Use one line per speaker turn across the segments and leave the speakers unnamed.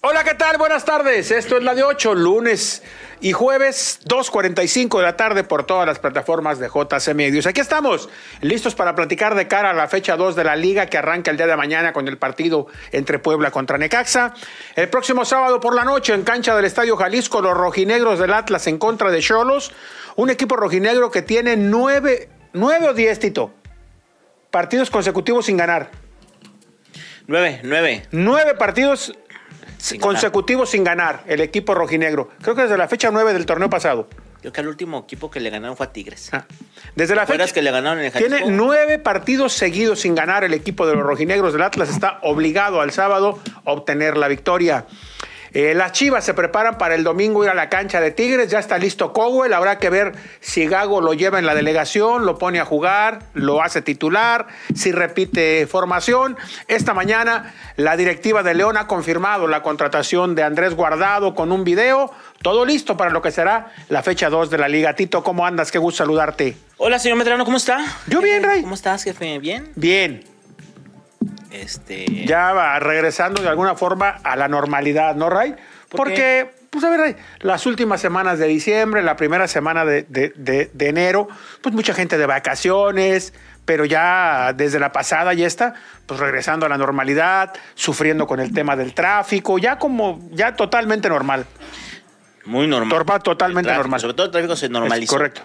Hola, ¿qué tal? Buenas tardes. Esto es la de 8, lunes y jueves, 2.45 de la tarde por todas las plataformas de JC Medios. Aquí estamos, listos para platicar de cara a la fecha 2 de la liga que arranca el día de mañana con el partido entre Puebla contra Necaxa. El próximo sábado por la noche en cancha del Estadio Jalisco, los rojinegros del Atlas en contra de Cholos, un equipo rojinegro que tiene 9, 9 o 10, Tito, partidos consecutivos sin ganar.
Nueve, nueve.
Nueve partidos
Sin
consecutivos sin ganar el equipo rojinegro. Creo que desde la fecha 9 del torneo pasado.
Creo que el último equipo que le ganaron fue a Tigres.
Ah, Desde la fecha
¿Recuerdas que le ganaron en el Jalisco?
tiene nueve partidos seguidos sin ganar el equipo de los rojinegros del Atlas. Está obligado al sábado a obtener la victoria. Eh, las Chivas se preparan para el domingo ir a la cancha de Tigres. Ya está listo Cowell. Habrá que ver si Gago lo lleva en la delegación, lo pone a jugar, lo hace titular, si repite formación. Esta mañana la directiva de León ha confirmado la contratación de Andrés Guardado con un video. Todo listo para lo que será la fecha 2 de la Liga. Tito, ¿cómo andas? Qué gusto saludarte.
Hola, señor Medrano, ¿cómo está?
Yo bien, Rey.
¿Cómo estás, jefe? ¿Bien?
Bien,
Este...
ya va regresando de alguna forma a la normalidad, ¿no, Ray?
¿Por
Porque, pues a ver, Ray, las últimas semanas de diciembre, la primera semana de, de- de- de enero, pues mucha gente de vacaciones, pero ya desde la pasada y esta, pues regresando a la normalidad, sufriendo con el tema del tráfico, ya como, ya totalmente normal.
Muy normal.
Torpa totalmente
Mm. El tráfico,
normal.
Sobre todo el tráfico se
Es
normalizó.
correcto.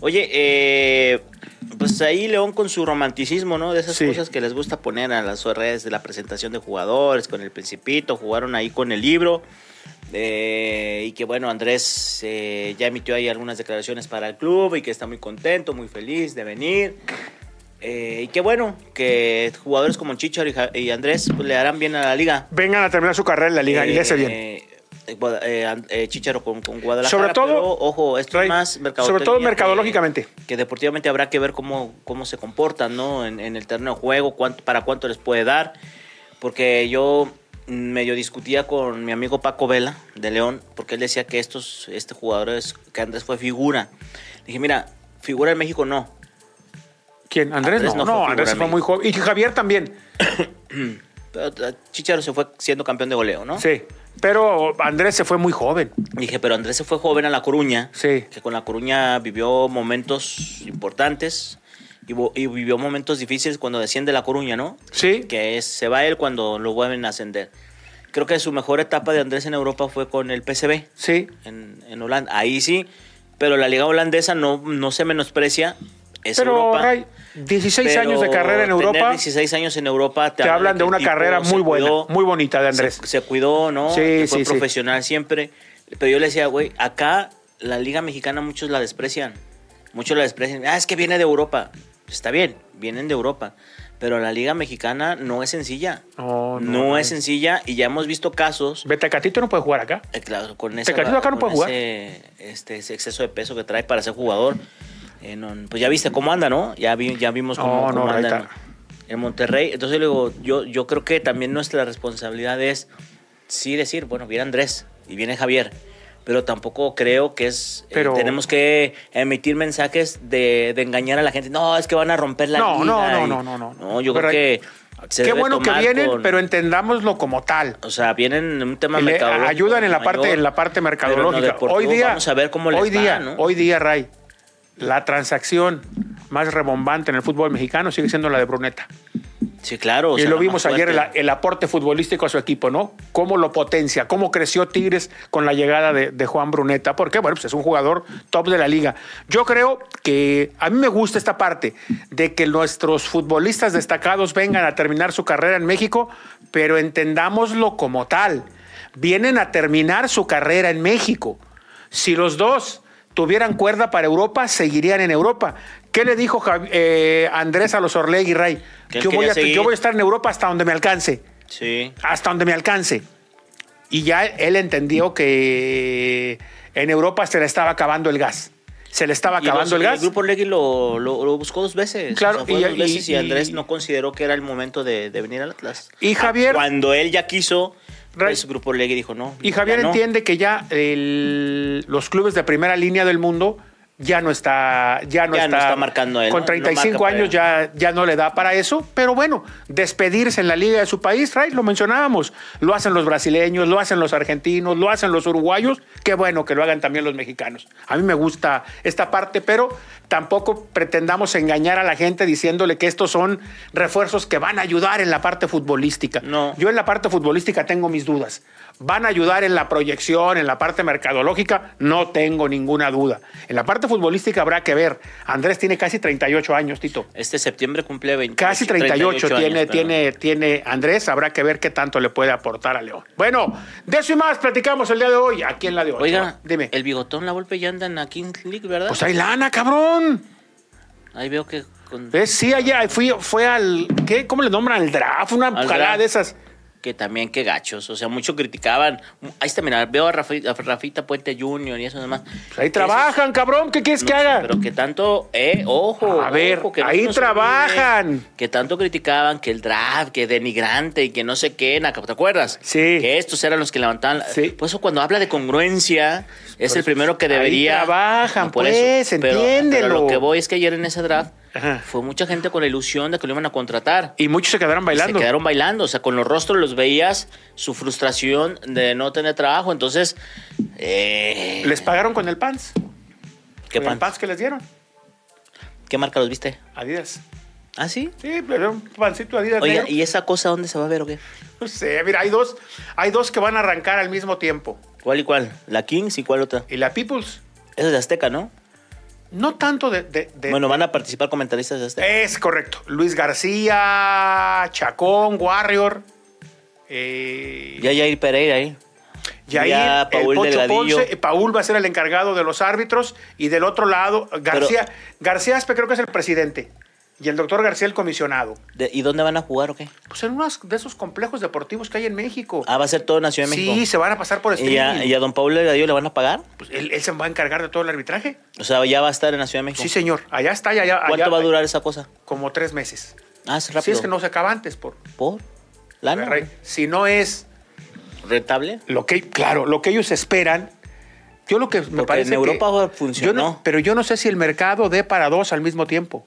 Oye, eh, pues ahí León con su romanticismo, ¿no? De esas
Sí.
cosas que les gusta poner a las redes de la presentación de jugadores, con el Principito, jugaron ahí con el libro. eh, y que bueno, Andrés eh, ya emitió ahí algunas declaraciones para el club y que está muy contento, muy feliz de venir. Eh, y que bueno, que jugadores como Chichar y, Ja- y Andrés pues, le harán bien a la liga.
Vengan a terminar su carrera en la liga y le hace bien.
Eh, eh, Guada- eh, an- eh, Chicharo con, con Guadalajara.
Sobre todo-
pero, ojo, esto
Ray,
es más mercadotecnia
sobre todo
que-
mercadológicamente.
Que, deportivamente habrá que ver cómo, cómo se comportan, ¿no? En, en el terreno de juego, cuánto- para cuánto les puede dar. Porque yo mm, medio discutía con mi amigo Paco Vela de León, porque él decía que estos, este jugador es, que Andrés fue figura. Dije, mira, figura en México no.
¿Quién? Andrés,
Andrés
no,
no fue
no,
figura
Andrés fue
mía.
muy joven. Y Javier también,
Pero eh, Chicharo se fue siendo campeón de goleo, ¿no?
sí. Pero Andrés se fue muy joven.
Dije, pero Andrés se fue joven a La Coruña.
Sí.
Que con La Coruña vivió momentos importantes y, vo- y vivió momentos difíciles cuando desciende La Coruña, ¿no?
Sí.
Que es- se va él cuando lo vuelven a ascender. Creo que su mejor etapa de Andrés en Europa fue con el PSV
Sí.
en, en Holanda. Ahí sí, pero la liga holandesa no, no se menosprecia. Es
pero,
Europa.
Ray, 16
pero
años de carrera en
tener
Europa,
16 años en Europa.
te
habla
hablan de
que el
una
tipo
carrera
se
muy buena,
cuidó,
muy bonita de Andrés.
se, se cuidó, ¿no?
Sí,
Que fue
sí, sí.
profesional siempre. Pero yo le decía, güey, acá la Liga Mexicana muchos la desprecian. Muchos la desprecian. Ah, es que viene de Europa. Está bien, vienen de Europa. Pero la Liga Mexicana no es sencilla.
No, Oh, no,
no
no.
es sencilla y ya hemos visto casos.
Betacatito no puede jugar acá.
Eh, Claro, con ese,
Tecatito acá no
con
puede
ese- este, ese exceso de peso que trae para ser jugador. eh, no- pues ya viste cómo anda, ¿no? Ya, vi- ya vimos cómo,
No,
cómo
no,
anda
ahí
en-
está.
en Monterrey. Entonces le digo, yo, yo creo que también nuestra responsabilidad es sí decir, bueno, viene Andrés y viene Javier. Pero tampoco creo que es. eh,
Pero-
tenemos que emitir mensajes de, de engañar a la gente. No, es que van a romper la
No, no,
liga
no,
y-
no, no, no.
yo
Pero
creo
hay-
que. se
Qué
debe
bueno que
tomar
vienen,
con-
pero entendámoslo como tal.
o sea, vienen en un tema
Y le
mercadológico.
ayudan en la
mayor,
parte en la parte
pero en lo
mercadológica.
deportivo
hoy día
Vamos a ver cómo les
hoy
va,
día,
¿no?
hoy día Ray, la transacción más rebombante en el fútbol mexicano sigue siendo la de Bruneta.
Sí, claro. o
y
sea,
lo
la
vimos
más
ayer el,
fuerte.
el aporte futbolístico a su equipo, ¿no? Cómo lo potencia, cómo creció Tigres con la llegada de, de Juan Bruneta, porque bueno, pues es un jugador top de la liga. Yo creo que a mí me gusta esta parte de que nuestros futbolistas destacados vengan a terminar su carrera en México, pero entendámoslo como tal. Vienen a terminar su carrera en México. Si los dos tuvieran cuerda para Europa, seguirían en Europa. ¿Qué le dijo Javi- eh, Andrés a los Orlegui, Ray?
Que él
Yo voy,
quería
a,
seguir.
yo voy a estar en Europa hasta donde me alcance.
Sí.
Hasta donde me alcance. Y ya él entendió que en Europa se le estaba acabando el gas. Se le estaba
Y los-
acabando el gas.
El grupo Legui lo, lo- lo buscó dos veces.
Claro,
o sea, fue
y-
dos veces y,
y-
Andrés
y-
no consideró que era el momento de, de venir al Atlas.
Y Javier-
Cuando él ya quiso,
Ray-
pues, el grupo Legui dijo no.
Y Javier
ya no.
entiende que ya el- los clubes de primera línea del mundo ya no está, ya no,
Ya no
está,
está marcando él,
Con
¿no? No
35
marca
años ya, ya no le da para eso, pero bueno, despedirse en la liga de su país, Ray, lo mencionábamos, lo hacen los brasileños, lo hacen los argentinos, lo hacen los uruguayos, qué bueno que lo hagan también los mexicanos. A mí me gusta esta parte, pero tampoco pretendamos engañar a la gente diciéndole que estos son refuerzos que van a ayudar en la parte futbolística.
No.
Yo en la parte futbolística tengo mis dudas. ¿Van a ayudar en la proyección, en la parte mercadológica? No tengo ninguna duda. En la parte futbolística habrá que ver. Andrés tiene casi 38 años, Tito.
Este septiembre cumple 20.
Casi 38, tiene,
años, perdón.
tiene, tiene Andrés. Habrá que ver qué tanto le puede aportar a León. Bueno, de eso y más platicamos el día de hoy. Aquí en la de hoy.
Oiga,
dime.
el bigotón, la golpe ya andan a Kings League, ¿verdad?
Pues hay lana, cabrón.
Ahí veo que. con-
¿Ves? Sí, allá fui, fue al. ¿qué? ¿Cómo le nombran? Al draft, una
Al
jalada
draft.
de esas.
Que también, qué gachos. O sea, mucho criticaban. Ahí está, mira, veo a Rafita, a Rafita Puente Jr. y eso demás.
Pues ahí trabajan, cabrón. ¿Qué quieres
No
que
sé,
haga?
Pero que tanto, eh, ojo.
A ver,
ojo, que no
ahí
se nos olvide
trabajan.
Que tanto criticaban que el draft, que denigrante y que no sé qué, Naca, ¿te acuerdas?
Sí.
Que estos eran los que levantaban. la-
Sí. Pues
Por eso cuando habla de congruencia, es el primero que
ahí
debería.
trabajan,
No, por
pues,
Pero- Pero,
entiéndelo.
lo que voy es que ayer en ese draft
Ajá.
fue mucha gente con la ilusión de que lo iban a contratar.
Y muchos se quedaron
Y
bailando.
Se quedaron bailando, o sea, con los rostros los veías su frustración de no tener trabajo. Entonces, eh,
Les pagaron con el pants.
¿qué,
con
pan-
el pants que les dieron.
¿Qué marca los viste?
Adidas.
¿Ah, sí?
Sí, pero era un pancito Adidas.
Oiga,
negro.
¿y esa cosa dónde se va a ver o qué?
No sé, mira, hay dos, hay dos que van a arrancar al mismo tiempo.
¿Cuál y cuál? ¿La Kings y cuál otra?
Y la Peoples,
Esa es de Azteca, ¿no?
no tanto de. de- de-
Bueno, van a participar comentaristas de Azteca.
Es correcto. Luis García, Chacón, Warrior. Eh,
Ya Jair Pereira ahí.
Yair,
ya
el
Paul
Pocho
Delgadillo.
Ponce, eh, Paul va a ser el encargado de los árbitros y del otro lado García, García Aspe creo que es el presidente y el doctor García el comisionado.
De- ¿Y dónde van a jugar o qué?
Pues en uno de esos complejos deportivos que hay en México.
Ah, va a ser todo en la Ciudad de
Sí,
México.
se van a pasar por
¿Y a,
streaming.
y a don Pablo Delgadillo le van a pagar?
Pues él, él se va a encargar de todo el arbitraje.
O sea, ya va a estar en la Ciudad de México.
Sí, señor. Allá está, allá. allá-
¿Cuánto
allá-
va a durar esa cosa?
Como tres meses.
Ah, es
Si
rápido. Ah,
es que no se acaba antes, por.
¿Por? ¿Lana?
Rey, Si no es
¿Rentable?
lo que, claro, lo que ellos esperan. Yo lo que me
Porque
parece
en Europa
que- yo
funcionó.
no- pero yo no sé si el mercado dé para dos al mismo tiempo.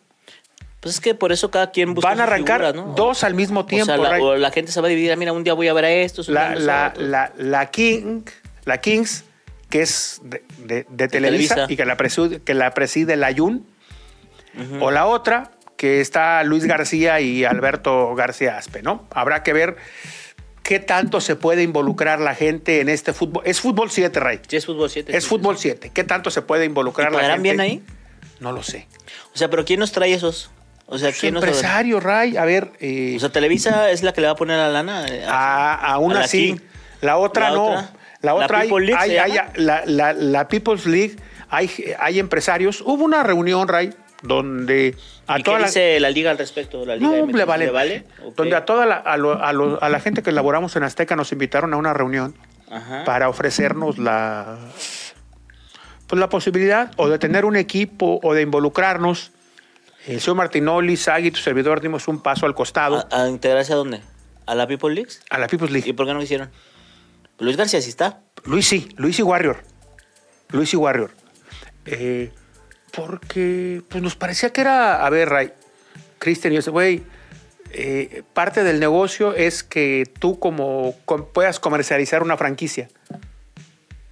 Pues es que por eso cada quien busca
Van a
sus
arrancar
figuras, ¿no?
dos al mismo tiempo.
O sea, la,
Ray.
o la gente se va a dividir. ah, Mira, un día voy a ver a estos. un día
la,
vamos a
la-
otros.
la- la King, la Kings, que es de, de- de Televisa,
Televisa.
y que la, preside, que la preside la Yun, o la otra, que está Luis García y Alberto García Aspe, ¿no? Habrá que ver qué tanto se puede involucrar la gente en este fútbol. Es fútbol 7, Ray.
Sí, es fútbol 7.
Es fútbol 7. ¿Qué tanto se puede involucrar la gente?
¿Pagarán bien ahí?
No lo sé.
O sea, pero ¿quién nos trae esos? O sea,
Es
¿quién nos trae?
empresario, Ray. A ver, eh,
O sea, Televisa es la que le va a poner la lana. eh,
a, a
a
una
la
sí.
King.
La otra
La
no.
otra.
La
¿La
otra hay-
People League
hay,
se
hay-
llama?
la, la- la People's League, hay, hay empresarios. Hubo una reunión, Ray, donde a
¿Y qué
toda la.
dice la liga al respecto? ¿La liga
No,
MX?
le vale.
¿Le vale? Ok.
Donde a toda la, a lo- a lo- a la gente que laboramos en Azteca nos invitaron a una reunión
Ajá.
para ofrecernos la pues la posibilidad o de tener un equipo o de involucrarnos. El señor Martinoli, Sagui, tu servidor, dimos un paso al costado
¿A, a integrarse a dónde? ¿A la People Leagues?
a la People's
¿Y
League.
por qué no lo hicieron? Luis García sí está.
Luis sí, Luis y Warrior. Luis y Warrior. Eh, porque pues nos parecía que era, a ver, Ray, Christian y yo, güey, eh, parte del negocio es que tú como com- puedas comercializar una franquicia.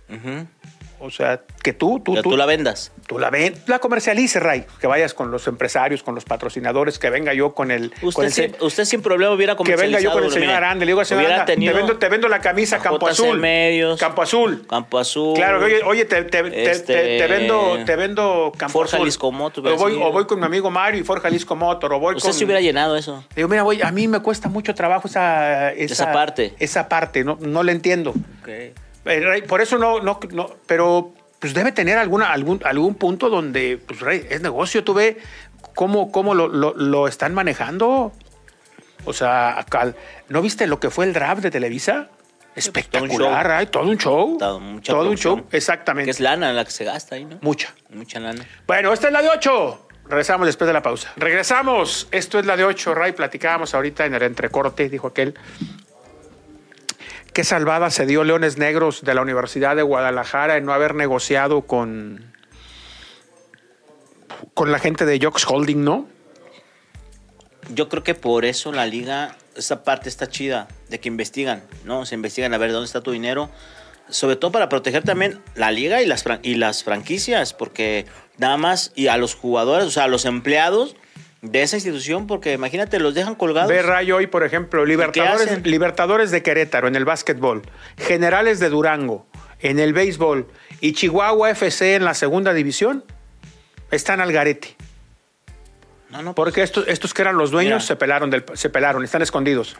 Ujú.
O sea, que tú, tú,
O sea,
tú,
tú la vendas.
Tú la ven, la comercialice, Ray. Que vayas con los empresarios, con los patrocinadores, que venga yo con el. con
Usted,
el
sin, usted sin problema hubiera
que
comercializado.
venga yo con el señor
mire,
Aranda. Le digo, señor
hubiera
Aranda, te
tenido
vendo, te vendo la camisa
a
Campo
JC
Azul.
Medios,
Campo Azul.
Campo Azul.
Claro, que oye, oye, te, te- te-
Este-
te- te vendo, te vendo Campo
Ford
Azul.
Jalisco Motor,
O voy,
hubiera sido.
o voy con mi amigo Mario y Ford Jalisco Motor. O voy
Usted
con.
se hubiera llenado eso.
Digo, mira, güey, a mí me cuesta mucho trabajo esa, esa,
Esa parte.
Esa parte, no, no la entiendo. Eh, Rey, por eso no, no, no, pero pues debe tener alguna, algún, algún punto donde, pues, Rey, es negocio, tú ve cómo, cómo lo, lo- lo están manejando. O sea, acá- ¿no viste lo que fue el draft de Televisa?
todo un show.
Espectacular, Ray, todo un show.
Todo- mucha
Todo un
producción.
show, exactamente.
Que es lana la que se gasta ahí, ¿no?
Mucha.
Mucha lana.
Bueno, esta es la de 8. Regresamos después de la pausa. Regresamos. Esto es la de 8, Ray. Platicábamos ahorita en el entrecorte, dijo aquel. Qué salvada se dio Leones Negros de la Universidad de Guadalajara en no haber negociado con, con la gente de Jocks Holding, ¿no?
Yo creo que por eso la liga, esa parte está chida, de que investigan, ¿no? Se investigan a ver dónde está tu dinero. Sobre todo para proteger también la liga y las, fran- y las franquicias, porque nada más, y a los jugadores, o sea, a los empleados de esa institución, porque imagínate, los dejan colgados.
Ve Rayo hoy, por ejemplo, libertadores,
hacen?
libertadores de Querétaro en el básquetbol, Generales de Durango en el béisbol y Chihuahua FC en la segunda división están al garete.
No, no,
Porque estos, estos que eran los dueños
Mira.
se pelaron, del- se pelaron, están escondidos.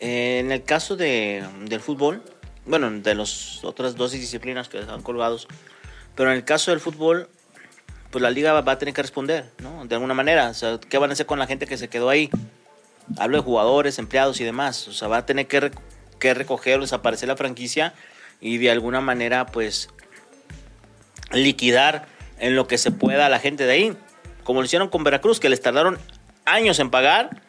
Eh, en el caso de, del fútbol, bueno, de las otras dos disciplinas que están colgados, pero en el caso del fútbol, pues la liga va, va a tener que responder, ¿no? De alguna manera, o sea, ¿qué van a hacer con la gente que se quedó ahí? Hablo de jugadores, empleados y demás, o sea, va a tener que, rec- que recoger o desaparecer la franquicia y de alguna manera, pues, liquidar en lo que se pueda a la gente de ahí, como lo hicieron con Veracruz, que les tardaron años en pagar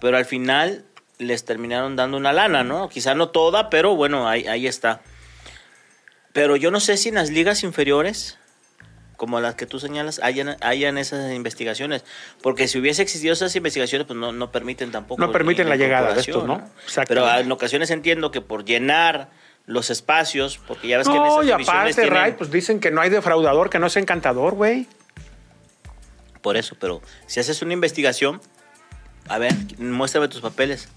pero al final les terminaron dando una lana, ¿no? Quizá no toda, pero bueno, ahí, ahí está. Pero yo no sé si en las ligas inferiores, como las que tú señalas, hayan, hayan esas investigaciones. Porque si hubiese existido esas investigaciones, pues no, no permiten tampoco.
No permiten la llegada de estos,
incorporación,
¿no? Exactamente.
Pero en ocasiones entiendo que por llenar los espacios, porque ya ves que en
No,
esas
y
divisiones
aparte,
tienen-
Ray, pues dicen que no hay defraudador, que no es encantador, güey.
Por eso, pero si haces una investigación, a ver, muéstrame tus papeles.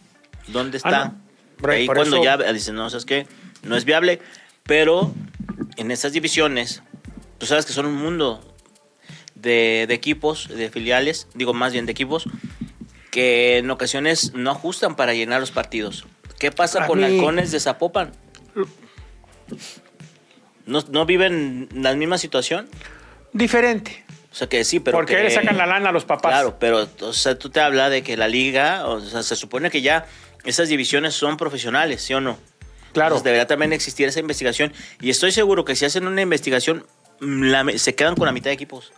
¿Dónde
Ah,
está?
no. Ray,
Ahí
por
cuando
eso-
ya dicen, no, ¿sabes qué? No es viable. Pero en esas divisiones, tú sabes que son un mundo de, de equipos, de filiales, digo más bien de equipos, que en ocasiones no ajustan para llenar los partidos. ¿Qué pasa
A
con
mí-
halcones de Zapopan? ¿No, ¿No viven la misma situación?
Diferente.
O sea que sí, pero.
porque
que-
le sacan la lana a los papás.
Claro, pero o sea, tú te hablas de que la liga, o sea, se supone que ya esas divisiones son profesionales, ¿sí o no?
Claro.
Entonces, debería también existir esa investigación. Y estoy seguro que si hacen una investigación, mm, la me- se quedan con la mitad de equipos.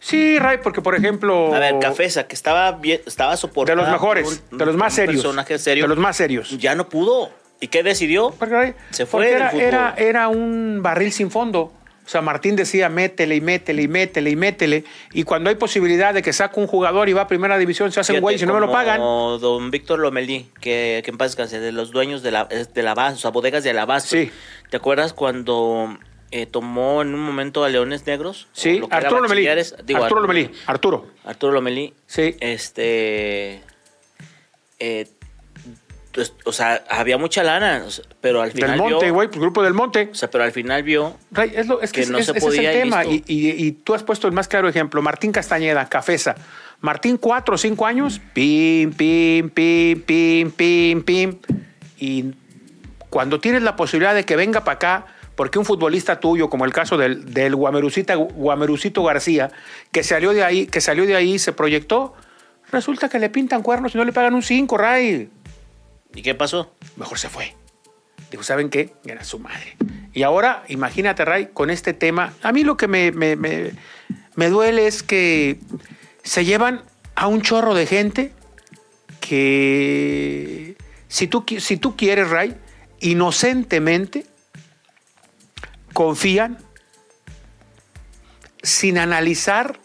Sí, Ray, porque por ejemplo.
A ver, Cafesa, que estaba bien, estaba
De
soportando.
los mejores, de los más serios.
personaje serio.
De los más serios.
Ya no pudo. ¿Y qué decidió?
Porque, Ray,
Se fue
porque
del
era,
fútbol.
era, era un barril sin fondo. O sea, Martín decía, métele y métele y métele y métele. Y cuando hay posibilidad de que saque un jugador y va a primera división, se hacen
Fíjate,
güey si no me lo
como
pagan.
don Víctor Lomelí, que, que en paz descanse, de los dueños de la, es de la Vaz, o sea, bodegas de la Vaz.
Sí.
¿Te acuerdas cuando eh, tomó en un momento a Leones Negros?
Sí,
O lo que era
Arturo Lomelí.
Bachilleres, digo,
Arturo
Ar-
Lomelí. Arturo.
Arturo Lomelí.
Sí.
Este. eh, pues, o sea, había mucha lana, o sea, pero al final.
Del Monte,
vio,
güey, pues, grupo del Monte.
O sea, pero al final vio.
Ray, es, lo- es que,
Que
es-
no
es-
se
ese es
podía
el
y
tema. Y,
listo.
y- y tú has puesto el más claro ejemplo, Martín Castañeda, Cafesa. Martín, cuatro o cinco años, pim, pim, pim, pim, pim, pim. Y cuando tienes la posibilidad de que venga para acá, porque un futbolista tuyo, como el caso del, del Guamerucita- Guamerucito García, que salió de ahí, que salió de ahí, se proyectó, resulta que le pintan cuernos y no le pagan un cinco, Ray.
¿Y qué pasó?
Mejor se fue. Dijo, ¿saben qué? Era su madre. Y ahora, imagínate, Ray, con este tema. A mí lo que me, me- me- me duele es que se llevan a un chorro de gente que, si tú, qui- si tú quieres, Ray, inocentemente confían sin analizar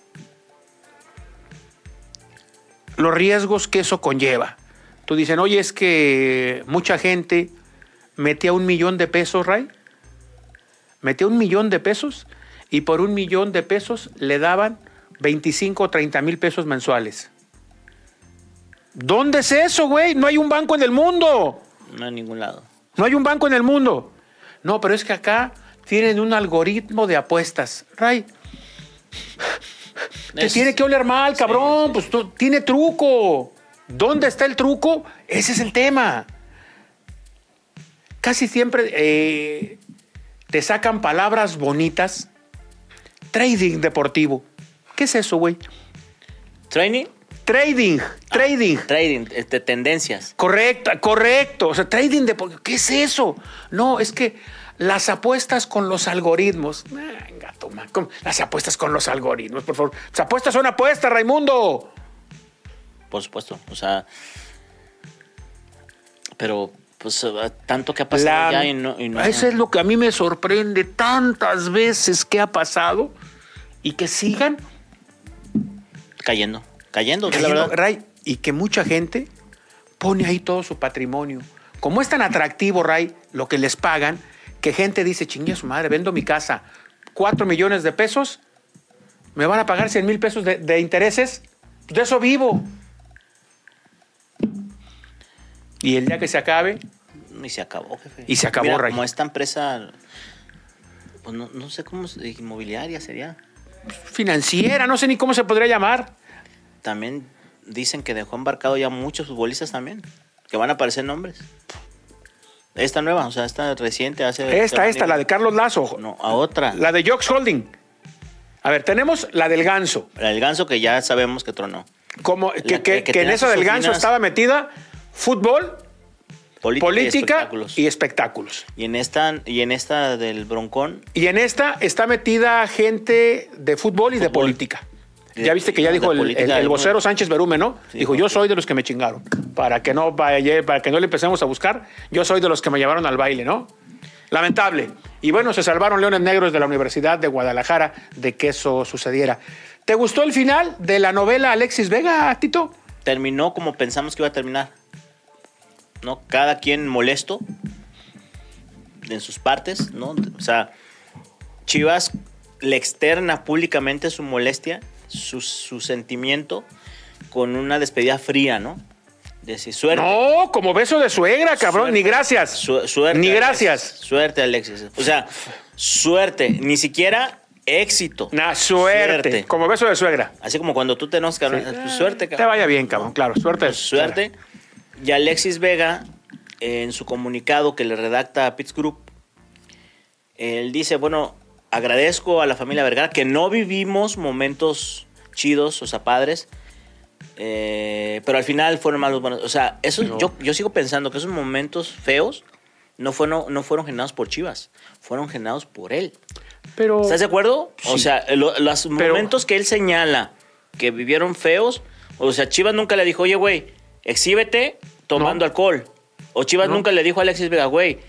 los riesgos que eso conlleva. Tú dicen, oye, es que mucha gente metía un millón de pesos, Ray. Metía un millón de pesos y por un millón de pesos le daban 25 o 30 mil pesos mensuales. ¿Dónde es eso, güey? No hay un banco en el mundo.
No en ningún lado.
No hay un banco en el mundo. No, pero es que acá tienen un algoritmo de apuestas. Ray, te
Es-
tiene que oler mal, cabrón. Pues tú- tiene truco. ¿Dónde está el truco? Ese es el tema. Casi siempre eh, te sacan palabras bonitas. Trading deportivo. ¿Qué es eso, güey?
Training,
Trading, trading.
trading, este, tendencias.
Correcto, correcto. O sea, trading de... ¿Qué es eso? No, es que las apuestas con los algoritmos. Venga, toma. ¿cómo? Las apuestas con los algoritmos, por favor. Las apuestas son apuestas, Raimundo.
Por supuesto, o sea. Pero, pues, eh, tanto que ha pasado
La-
ya y no. y no-
Eso es lo que a mí me sorprende tantas veces que ha pasado y que sigan
Cayendo. Cayendo, que es
cayendo,
la verdad.
Ray, y que mucha gente pone ahí todo su patrimonio. Como es tan atractivo, Ray, lo que les pagan, que gente dice, chingue a su madre, vendo mi casa, 4 millones de pesos, me van a pagar 100 mil pesos de, de intereses, pues de eso vivo. Y el día que se acabe,
Y se acabó, jefe.
Y se acabó,
Mira,
Ray.
Como esta empresa, pues no, no sé cómo, se- inmobiliaria sería.
financiera, no sé ni cómo se podría llamar.
También dicen que dejó embarcado ya muchos futbolistas también, que van a aparecer nombres. Esta nueva, o sea, esta reciente, hace...
Esta, esta, la de Carlos Lazo,
No, a otra.
la
La,
de Jox Holding. A ver, tenemos la del ganso.
del ganso que ya sabemos que tronó.
como que,
La que-
que-
que
que en
tenía
eso
sus
del ganso
oficinas.
estaba metida fútbol,
Política, y
política
espectáculos.
y espectáculos.
Y en esta, y en esta del broncón,
Y en esta está metida gente de fútbol y de
Fútbol.
política.
De-
ya viste que ya
de
dijo el,
política,
el- el
¿no?
vocero Sánchez Berumen, ¿no?
Sí,
dijo, yo
porque-
soy de los que me chingaron. Para que, no vaya, para que no le empecemos a buscar, yo soy de los que me llevaron al baile, ¿no? Lamentable. Y bueno, se salvaron Leones Negros de la Universidad de Guadalajara de que eso sucediera. ¿Te gustó el final de la novela Alexis Vega, Tito?
terminó como pensamos que iba a terminar. ¿No? Cada quien molesto en sus partes, ¿no? O sea, Chivas le externa públicamente su molestia, su, su sentimiento, con una despedida fría, ¿no? De decir, suerte.
No, como beso de suegra, cabrón,
Suerte.
ni gracias.
Su- suerte.
Ni
Alexis.
gracias.
Suerte, Alexis. O sea, suerte. Ni siquiera éxito.
Nah, suerte.
Suerte.
Como beso de suegra.
Así como cuando tú te enojas, cabrón.
Sí.
pues, suerte,
Te
cabrón.
vaya bien, cabrón, claro. Suerte. de
suerte. Y Alexis Vega, eh, en su comunicado que le redacta a Pitts Group, él dice, bueno, agradezco a la familia Vergara que no vivimos momentos chidos, o sea, padres, eh, pero al final fueron malos buenos. O sea, eso,
No.
yo, yo sigo pensando que esos momentos feos no fueron, no fueron generados por Chivas, fueron generados por él.
Pero.
¿Estás de acuerdo? O
Sí.
sea, lo- los
Pero-
momentos que él señala que vivieron feos, o sea, Chivas nunca le dijo, oye, güey, exhíbete tomando
No.
alcohol. O Chivas
No.
nunca le dijo a Alexis Vega, güey,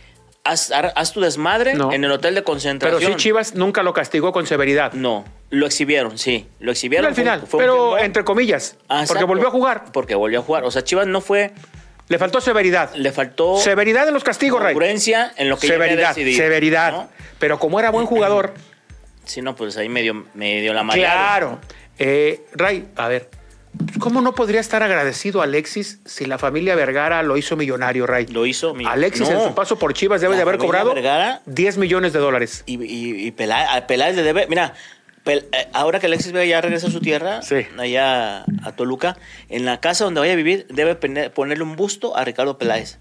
haz, har- haz tu desmadre
No.
en el hotel de
Pero
concentración.
sí, Chivas nunca lo castigó con severidad.
No, lo exhibieron, sí, lo exhibieron.
No al
Fue-
final,
fue un
pero
tiempo-
entre comillas.
Ah,
porque
exacto.
volvió a jugar.
Porque volvió a jugar. O sea, Chivas no fue,
Le faltó severidad.
le faltó
Severidad en los castigos, Ray.
congruencia en lo que ya había
Severidad,
decidido,
severidad.
¿no?
Pero como era buen jugador,
Sí, no, pues ahí medio, medio la madre.
claro. Eh, Ray, a ver, ¿cómo no podría estar agradecido a Alexis si la familia Vergara lo hizo millonario, Ray?
Lo hizo. mi-
Alexis
No.
en su paso por Chivas debe
La
de haber
familia
cobrado
Vergara
10 millones de dólares.
Y, y, y Peláez, a Peláez le debe. Mira, Pel- eh, ahora que Alexis Vega ya regresa a su tierra,
Sí.
allá a Toluca, en la casa donde vaya a vivir, debe pone- ponerle un busto a Ricardo Peláez.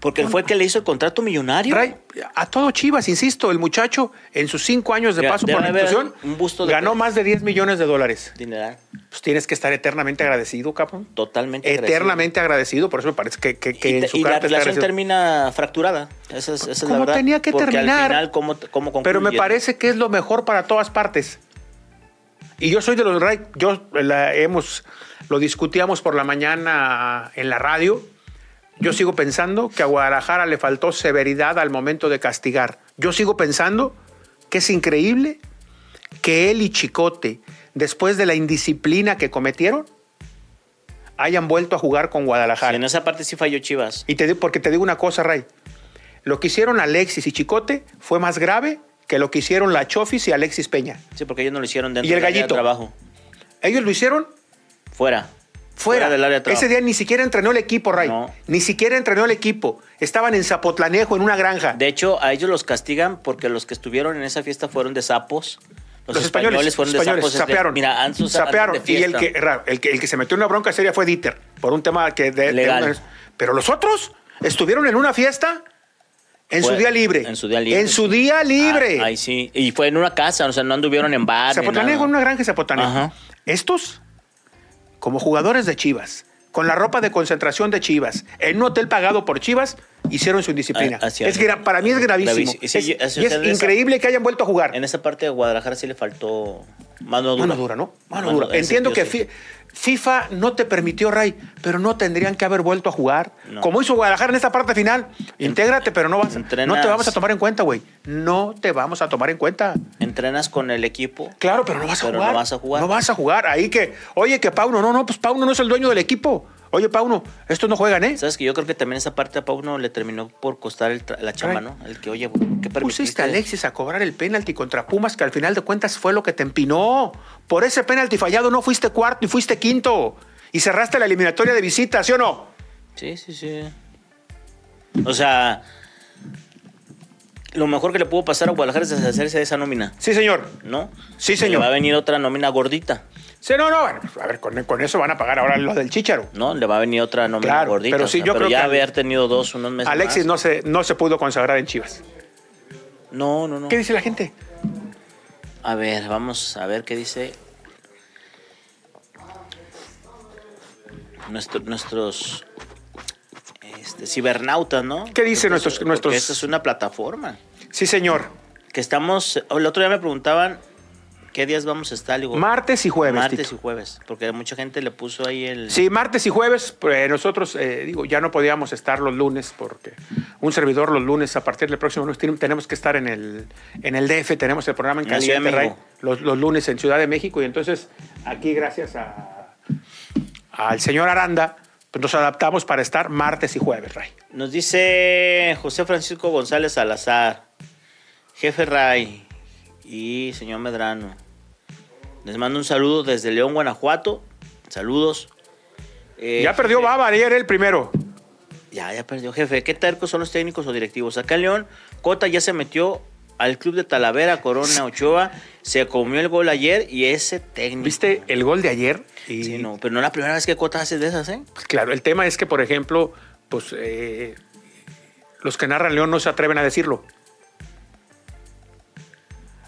Porque él fue el que le hizo el contrato millonario.
Ray, a todo Chivas, insisto, el muchacho en sus cinco años de
Mira,
paso
debe
por la
haber
institución
un busto de-
ganó más de 10 millones de dólares.
Dineral,
Pues tienes que estar eternamente agradecido, cabrón.
totalmente. agradecido.
Eternamente agradecido, por eso me parece que, que- que
Y,
en
te-
su
y la
carta está
relación
agradecido.
termina fracturada. Esa es, esa es la
Como
verdad.
tenía que
Porque
terminar.
Al final, ¿cómo, t- cómo
Pero me
concluye?
parece que es lo mejor para todas partes. Y yo soy de los Ray, yo la hemos, lo discutíamos por la mañana en la radio. Yo sigo pensando que a Guadalajara le faltó severidad al momento de castigar. Yo sigo pensando que es increíble que él y Chicote, después de la indisciplina que cometieron, hayan vuelto a jugar con
Sí,
Guadalajara.
en esa parte sí falló Chivas.
Y te digo, porque te digo una cosa, Ray. Lo que hicieron Alexis y Chicote fue más grave que lo que hicieron la Chofis y Alexis Peña.
Sí, porque ellos no lo hicieron dentro
Y el
del área de
gallito.
trabajo.
Ellos lo hicieron
Fuera.
fuera.
del área de trabajo.
Ese día ni siquiera entrenó el equipo, Ray.
No.
Ni siquiera entrenó el equipo. Estaban en Zapotlanejo, en una granja.
De hecho, a ellos los castigan porque los que estuvieron en esa fiesta fueron de sapos. Los, españoles, fueron de sapos. este,
sapearon.
mira, han sus-
Sapearon.
andan de
y el
fiesta.
que, ra- el, que, el que se metió en una bronca seria fue Dieter, por un tema que... de- de
Legal.
una- pero los otros estuvieron en una fiesta en
Fue-
su día libre.
en su día libre.
En su día libre.
Ah, ahí sí. Y fue en una casa, o sea, no anduvieron en bar. ni
Zapotanejo,
nada.
en una granja de Zapotanejo.
Ajá.
Estos, como jugadores de Chivas, con la ropa de concentración de Chivas, en un hotel pagado por Chivas, hicieron su indisciplina.
Ah, así
es
es.
gra- para mí es gravísimo.
Gravísimo. Y sí,
Es-
yo- así
y es,
es en esa-
increíble que hayan vuelto a jugar.
En esa parte de Guadalajara sí le faltó mano dura.
Mano dura, ¿no? Mano, dura.
ese
Entiendo
yo
que
sí.
fi- FIFA no te permitió, Ray, pero no tendrían que haber vuelto a jugar.
No.
Como hizo Guadalajara en esta parte final. Intégrate, pero no vas.
Entrenas.
No te vamos a tomar en cuenta, güey. No te vamos a tomar en cuenta.
Entrenas con el equipo.
Claro, pero no vas a
Pero no
jugar.
vas a jugar.
No vas a jugar. Ahí que, oye, que Pauno, no, no, pues Pauno no es el dueño del equipo. Oye, Pauno, estos no juegan, ¿eh?
Sabes que yo creo que también esa parte a Pauno le terminó por costar el tra- la chamba,
Caray.
¿no? El que, oye, güey, ¿por ¿qué permitiste?
Pusiste a Alexis a cobrar el penalti contra Pumas, que al final de cuentas fue lo que te empinó. Por ese penalti fallado no fuiste cuarto y fuiste quinto. Y cerraste la eliminatoria de visita, ¿sí o no?
Sí, sí, sí. O sea, lo mejor que le pudo pasar a Guadalajara es deshacerse de esa nómina,
Sí, señor.
¿no?
Sí,
Le
señor.
va a venir otra nómina gordita,
Sí, no, no. bueno, a ver, con, con eso van a pagar ahora lo del Chicharo.
¿no? Le va a venir otra nómina
Claro,
gordita.
pero
o
sí,
sea,
yo creo
ya
que-
haber tenido dos, unos meses
Alexis
más.
no se, no se pudo consagrar en Chivas.
No, no, no.
¿Qué dice la gente?
A ver, vamos a ver qué dice. Nuestro- nuestros este, cibernautas, ¿no?
¿Qué dicen
Porque
nuestros-
esto-
nuestros-
porque Esta es una plataforma.
Sí, señor.
Que estamos. El otro día me preguntaban qué días vamos a estar. le digo,
Martes y jueves.
martes
Tito.
y jueves. Porque mucha gente le puso ahí el.
Sí, martes y jueves. pues, nosotros, eh, digo, ya no podíamos estar los lunes porque un servidor los lunes a partir del próximo lunes tiene- tenemos que estar en el, en el DF, tenemos el programa en
En la Ciudad
Caliente,
de
Ray,
México.
los, los lunes en Ciudad de México. Y entonces aquí, gracias a, al señor Aranda, pues nos adaptamos para estar martes y jueves, Ray.
Nos dice José Francisco González Salazar, jefe Ray y señor Medrano. Les mando un saludo desde León, Guanajuato. Saludos. Eh,
Ya perdió
jefe,
Baba, ayer el primero.
Ya, ya perdió, jefe. ¿Qué tercos son los técnicos o directivos? Acá en León, Cota ya se metió al club de Talavera, Corona, Ochoa. Se comió el gol ayer y ese técnico.
¿Viste el gol de ayer? Y,
Sí, no, pero no es la primera vez que Cota hace de esas, ¿eh?
pues, claro, el tema es que, por ejemplo, pues eh, los que narran León no se atreven a decirlo.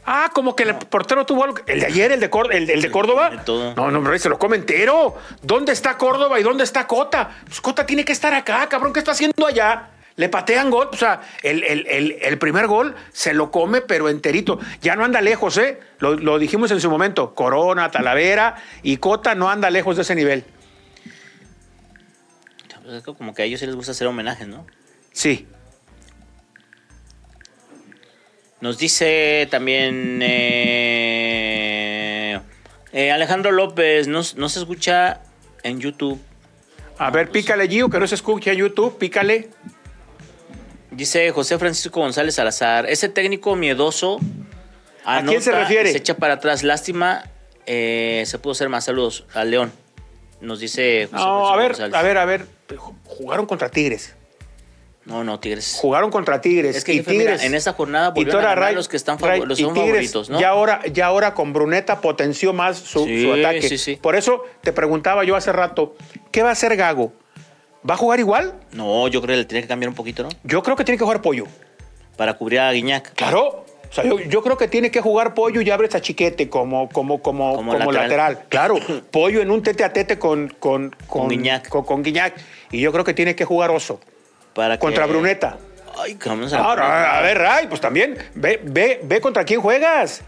Ah, como que el portero tuvo algo. El de ayer, el de, Cór- el, el de Córdoba.
De todo.
No, no, hombre, se lo come entero. ¿Dónde está Córdoba y dónde está Cota? Pues Cota tiene que estar acá, cabrón. ¿Qué está haciendo allá? Le patean gol. O sea, el, el- el- el primer gol se lo come, pero enterito. Ya no anda lejos, ¿eh? Lo, lo dijimos en su momento. Corona, Talavera y Cota no anda lejos de ese nivel.
Pues es que Como que a ellos sí les gusta hacer homenajes, ¿no?
Sí.
Nos dice también eh, eh, Alejandro López, no, no se escucha en YouTube.
A ver, pícale, Gio, que no se escuche en YouTube, pícale.
Dice José Francisco González Salazar, ese técnico miedoso.
¿A quién se
anota y
refiere?
Se echa para atrás. Lástima, eh, se pudo hacer más saludos al León. Nos dice José
No,
Francisco
a ver,
González.
a ver, a ver. Jugaron contra Tigres.
No, no, Tigres.
Jugaron contra Tigres.
Es que
y
jefe, mira,
Tigres.
en esta jornada
y
volvieron a ganar
Ray-
los que están
Ray
favor- los
y
son
Tigres
favoritos, ¿no?
Ya ahora, ya ahora con Bruneta potenció más su,
Sí,
su ataque.
sí, sí.
Por eso te preguntaba yo hace rato, ¿qué va a hacer Gago? ¿Va a jugar igual?
No, yo creo que le tiene que cambiar un poquito, ¿no?
Yo creo que tiene que jugar Pollo.
Para cubrir a Guiñac.
Claro. O sea, yo, yo creo que tiene que jugar Pollo y abres a Chiquete como, como, como,
Como
como,
lateral.
lateral. Claro, Pollo en un tete a tete con, con,
Con Guiñac.
con- con Guiñac. Y yo creo que tiene que jugar Oso
Para que-
contra Bruneta.
Ay, cabrón, se la pone.
Ahora, a ver, Ray, pues también ve, ve, ve contra quién juegas.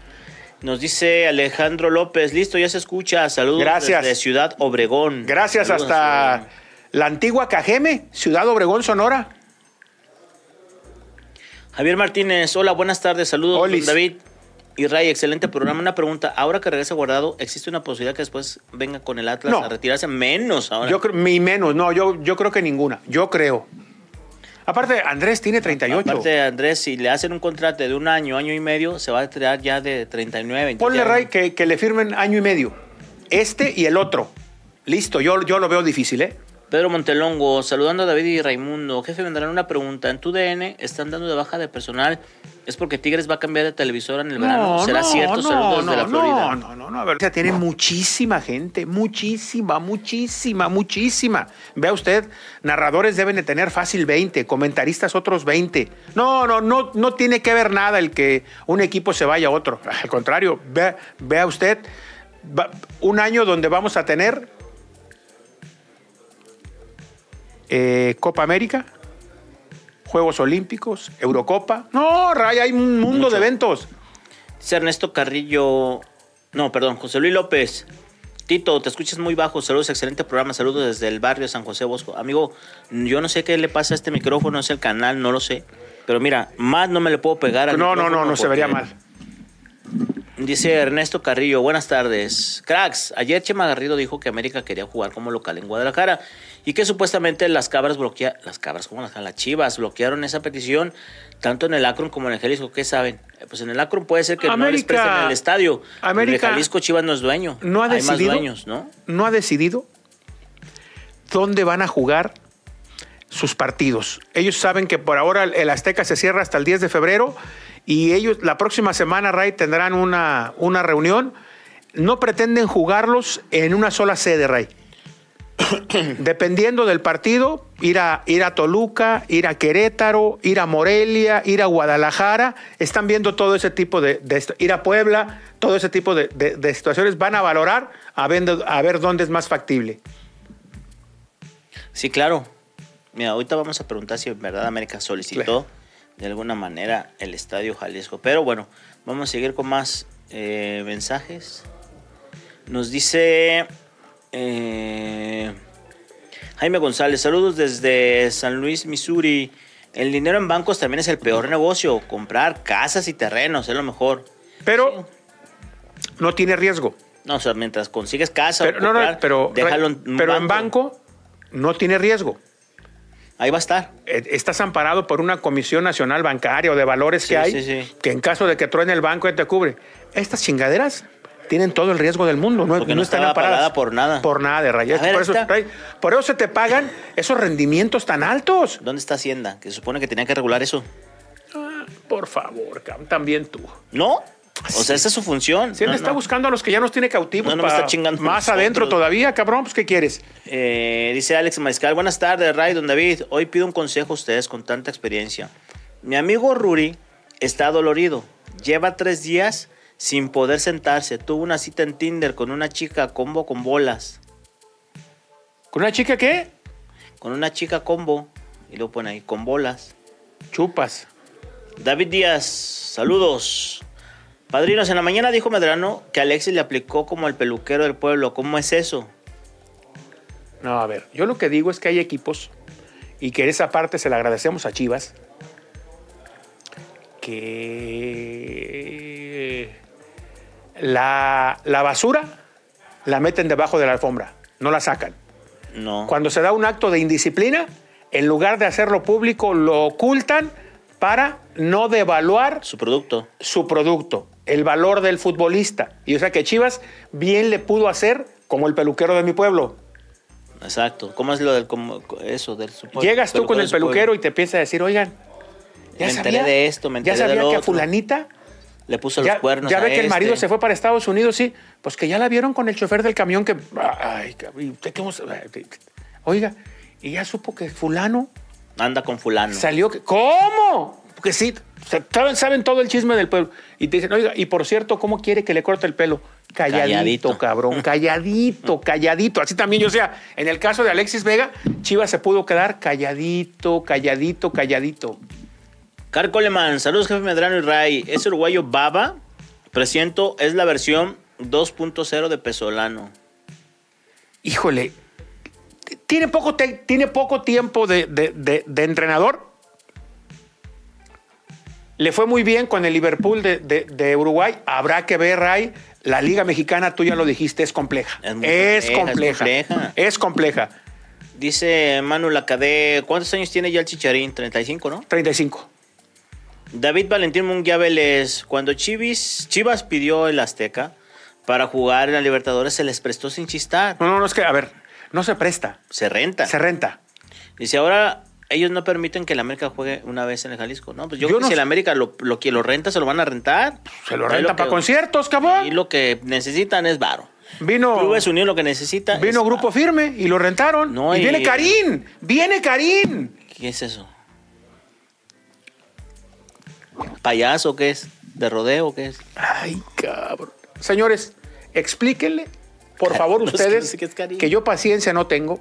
Nos dice Alejandro López, listo, ya se escucha. Saludos
Gracias.
desde Ciudad Obregón.
Gracias
Saludos eh. a
hasta
Ciudad Obregón.
la antigua Cajeme, Ciudad Obregón, Sonora.
eh, Javier Martínez, hola, buenas tardes, saludos
Olis.
David y Ray, excelente programa. Una pregunta, ahora que regresa guardado, ¿existe una posibilidad que después venga con el Atlas
No.
a retirarse? Menos ahora.
Yo creo, mi menos, no, yo, yo creo que ninguna. Yo creo. Aparte, Andrés tiene 38.
Aparte Andrés, si le hacen un contrato de un año, año y medio, se va a retirar ya de 39.
Ponle,
entonces ya-
Ray, que, que le firmen año y medio. Este y el otro. Listo, yo, yo lo veo difícil, ¿eh?
Pedro Montelongo, saludando a David y Raimundo. Jefe, vendrán una pregunta. En tu DN están dando de baja de personal. ¿Es porque Tigres va a cambiar de televisora en el verano? ¿Será cierto? saludos
no,
desde la
no,
Florida.
No, no, no, a ver. O sea, tiene muchísima gente, muchísima, muchísima, muchísima. Vea usted, narradores deben de tener fácil 20, comentaristas otros 20. No, no, no, no tiene que ver nada el que un equipo se vaya a otro. Al contrario, vea, vea usted va- un año donde vamos a tener eh, Copa América. Juegos Olímpicos, Eurocopa. No, Ray, hay un mundo
Mucho.
de eventos.
Dice Ernesto Carrillo. No, perdón, José Luis López. Tito, te escuchas muy bajo. Saludos, excelente programa. Saludos desde el barrio San José Bosco. Amigo, yo no sé qué le pasa a este micrófono, es el canal, no lo sé. Pero mira, más no me le puedo pegar al
No, no,
micrófono
no, no se vería
porque-
mal.
Dice Ernesto Carrillo, buenas tardes. Cracks, ayer Chema Garrido dijo que América quería jugar como local en Guadalajara y que supuestamente las cabras bloquearon, las cabras como las, las chivas bloquearon esa petición tanto en el Akron como en el Jalisco. ¿Qué saben? Eh, Pues en el Akron puede ser que no les
América-
presten el estadio.
América-
En el Jalisco Chivas no es dueño.
¿No ha
Hay
decidido?
más dueños, ¿no?
no ha decidido dónde van a jugar sus partidos. Ellos saben que por ahora el Azteca se cierra hasta el 10 de febrero y ellos la próxima semana, Ray, tendrán una, una reunión. No pretenden jugarlos en una sola sede, Ray. Dependiendo del partido, ir a, ir a Toluca, ir a Querétaro, ir a Morelia, ir a Guadalajara. Están viendo todo ese tipo de, de esto. Ir a Puebla, todo ese tipo de, de- de situaciones. Van a valorar a ver, a ver dónde es más factible.
Sí, claro. Mira, ahorita vamos a preguntar si en verdad América
Claro.
solicitó de alguna manera el Estadio Jalisco. Pero bueno, vamos a seguir con más eh, mensajes. Nos dice eh, Jaime González, saludos desde San Luis, Missouri. El dinero en bancos también es el peor negocio. Comprar casas y terrenos es lo mejor.
Pero no tiene riesgo.
No, o sea, mientras consigues casa
Pero,
o
no, no,
comprar,
pero,
déjalo en un
pero en banco no tiene riesgo.
Ahí va a estar.
Eh, Estás amparado por una Comisión Nacional Bancaria o de Valores
Sí,
que hay,
sí, sí.
que en caso de que truene el banco ya te cubre. Estas chingaderas tienen todo el riesgo del mundo, no,
Porque no
están
estaba
amparadas.
pagada por nada.
Por nada, de rayas.
A ver,
por, eso,
está.
Ray, por eso se te pagan esos rendimientos tan altos.
¿Dónde está Hacienda? Que se supone que tenía que regular eso.
Por favor, cabrón, también tú.
¿No? O sea, esa es su función.
Si él
No,
está
no.
buscando a los que ya nos tiene cautivos,
No, no me
para
está chingando
más
nosotros.
adentro todavía, cabrón, pues ¿qué quieres?
Eh, dice Alex Mariscal, buenas tardes, Ray, don David. Hoy pido un consejo a ustedes con tanta experiencia. Mi amigo Ruri está dolorido. Lleva tres días sin poder sentarse. Tuvo una cita en Tinder con una chica combo con bolas.
¿Con una chica qué?
Con una chica combo. Y lo pone ahí, con bolas.
Chupas.
David Díaz, saludos. Padrinos, en la mañana dijo Medrano que Alexis le aplicó como el peluquero del pueblo. ¿Cómo es eso?
No, a ver, yo lo que digo es que hay equipos y que esa parte se la agradecemos a Chivas que la, la basura la meten debajo de la alfombra, no la sacan.
No.
Cuando se da un acto de indisciplina, en lugar de hacerlo público, lo ocultan para no devaluar
Su producto.
su producto, el valor del futbolista. Y o sea que Chivas bien le pudo hacer como el peluquero de mi pueblo.
Exacto. ¿Cómo es lo del como- eso del supo-
Llegas tú con
de
el
su
peluquero y
pueblo?
te empieza a decir, oigan,
Me enteré de esto, me enteré
ya sabía
del
que a
otro.
fulanita,
le puso los
ya,
cuernos.
ya
a
ve que el marido
este.
se fue para Estados Unidos, sí, pues que ya la vieron con el chofer del camión que, ay, cabrón, ¿y usted qué hemos- oiga, y ya supo que fulano
Anda con fulano.
Salió que. ¿Cómo? Porque sí, o sea, saben, saben todo el chisme del pueblo. Y te dicen, oiga, y por cierto, ¿cómo quiere que le corte el pelo? Calladito,
Calladito.
cabrón, calladito, calladito. Así también, yo o sea, en el caso de Alexis Vega, Chivas se pudo quedar calladito, calladito, calladito.
Car Coleman, saludos jefe Medrano y Ray. Ese uruguayo Baba, presiento, es la versión 2.0 de Pesolano.
Híjole, tiene poco, te- tiene poco tiempo de, de- de- de entrenador. Le fue muy bien con el Liverpool de, de- de Uruguay. Habrá que ver, Ray. La Liga Mexicana, tú ya lo dijiste, es compleja.
Es
Es,
muy
compleja,
compleja, es compleja.
Es compleja.
Dice Manu Lacadé, ¿cuántos años tiene ya el Chicharín? 35, ¿no?
35.
David Valentín Munguía Vélez, cuando Chivis, Chivas pidió el Azteca para jugar en la Libertadores, se les prestó sin chistar.
No, no, no, es que, a ver, no se presta,
Se renta.
se renta.
Dice, ahora ellos no permiten que el América juegue una vez en el Jalisco. No, pues
Yo
yo, creo que
no
si el
sé.
América lo, lo que lo renta, se lo van a rentar.
Se lo
Ahí
renta para
que-
conciertos,
Ahí
cabrón.
lo que necesitan es varo.
Vino,
Clubes Unidos lo que necesita es
vino Grupo
varo.
Firme y lo rentaron.
No,
y
y-
viene Karim, viene Karim.
¿Qué es eso? ¿Payaso qué es? ¿De rodeo qué es?
Ay, cabrón. Señores, explíquenle, por favor,
No sé, no
ustedes,
sé qué es Karim.
que yo paciencia no tengo.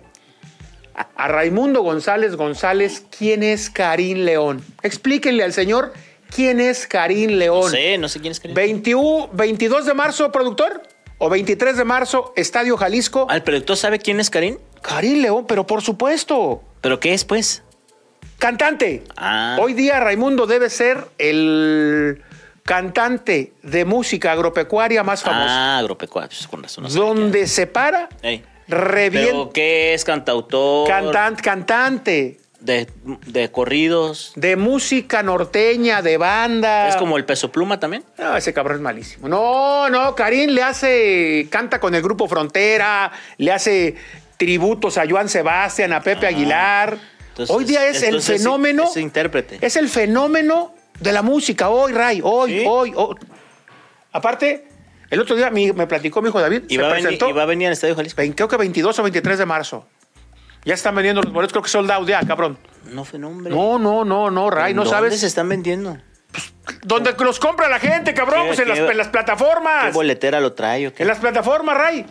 A Raimundo González González, ¿quién es Karim León? Explíquenle al señor quién es Karim León.
No sé, no sé quién es. Karim.
21 22 de marzo, productor. o 23 de marzo, Estadio Jalisco.
¿Al Ah, productor sabe quién es Karim?
Karim León, pero por supuesto.
¿Pero qué es, pues?
Cantante.
Ah.
Hoy día Raimundo debe ser el cantante de música agropecuaria más famoso.
Ah, agropecuarios, con razón. no sabía quién
donde se para,
era. Ey. ¿Pero
revienta.
qué es cantautor?
Cantante, cantante
De, de corridos.
de música norteña, de banda.
¿Es como el peso pluma también?
No, ese cabrón es malísimo. No, no, Karim le hace. Canta con el grupo Frontera, le hace tributos a Joan Sebastián, a Pepe
Ah.
Aguilar.
Entonces,
hoy día es el
entonces sí,
fenómeno.
es intérprete.
Es el fenómeno de la música. Hoy, Ray, hoy,
Sí.
hoy, hoy. Aparte, el otro día mi- me platicó mi hijo David,
Y
se
va, a venir,
presentó.
y va a venir al Estadio Jalisco.
20, creo que 22 o 23 de marzo. Ya están vendiendo los boletos, creo que sold out ya, cabrón.
No fue nombre.
No, no, no, no, Ray, no
¿Dónde
sabes.
se están vendiendo?
Donde los compra la gente, cabrón,
¿Qué-
pues en
qué-
las, en las plataformas.
¿Qué boletera lo trae o
Ah,
qué?
En las plataformas, Ray.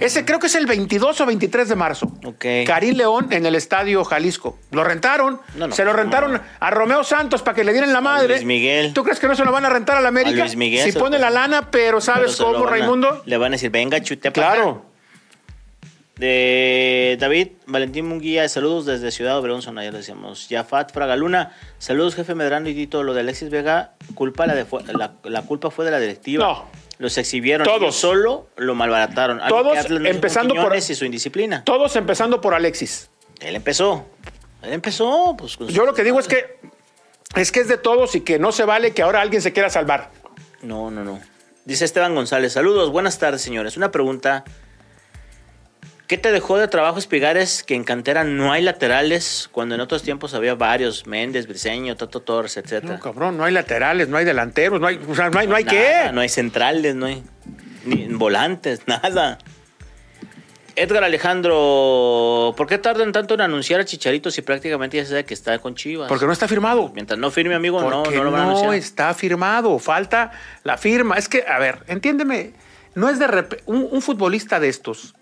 Ese creo que es el 22 o 23 de marzo.
Ok.
Karim León en el Estadio Jalisco. Lo rentaron.
No, no,
se lo
no,
rentaron
no.
a Romeo Santos para que le dieran la madre.
Luis Miguel.
¿Tú crees que no se lo van a rentar a la América?
Luis Miguel
Si
se lo
pone la lana, pero ¿sabes
Pero se lo
cómo,
van a-
Raimundo?
Le van a decir, venga, chute para acá.
Claro.
De David Valentín Munguía, saludos desde Ciudad Obregón, Sonora, ya lo decíamos. Yafat Fragaluna, saludos jefe Medrano y Tito, lo de Alexis Vega, culpa la, de fu- la, la culpa fue de la directiva.
No.
Los exhibieron.
Todos.
Ellos solo lo malbarataron. Algo
Todos,
que Atlas no hizo con
empezando por-
Quiñones y su indisciplina.
Todos empezando por Alexis.
Él empezó. Él empezó. Pues, con
Yo
sus-
lo que digo es que es que es de todos y que no se vale que ahora alguien se quiera salvar.
No, no, no. Dice Esteban González, saludos, buenas tardes, señores. Una pregunta. ¿Qué te dejó de trabajo Espigares que en cantera no hay laterales cuando en otros tiempos había varios? Méndez, Briseño, Tato Torres, etcétera.
No, cabrón, no hay laterales, no hay delanteros, no hay, o sea, no hay, no hay
Nada,
qué.
No hay centrales, no hay ni volantes, nada. Edgar Alejandro, ¿por qué tardan tanto en anunciar a Chicharito si prácticamente ya se sabe que está con Chivas?
Porque no está firmado.
Mientras no firme, amigo, no,
Porque no,
no lo van a anunciar.
está firmado, falta la firma. Es que, a ver, entiéndeme, no es de rep- un, un futbolista de estos.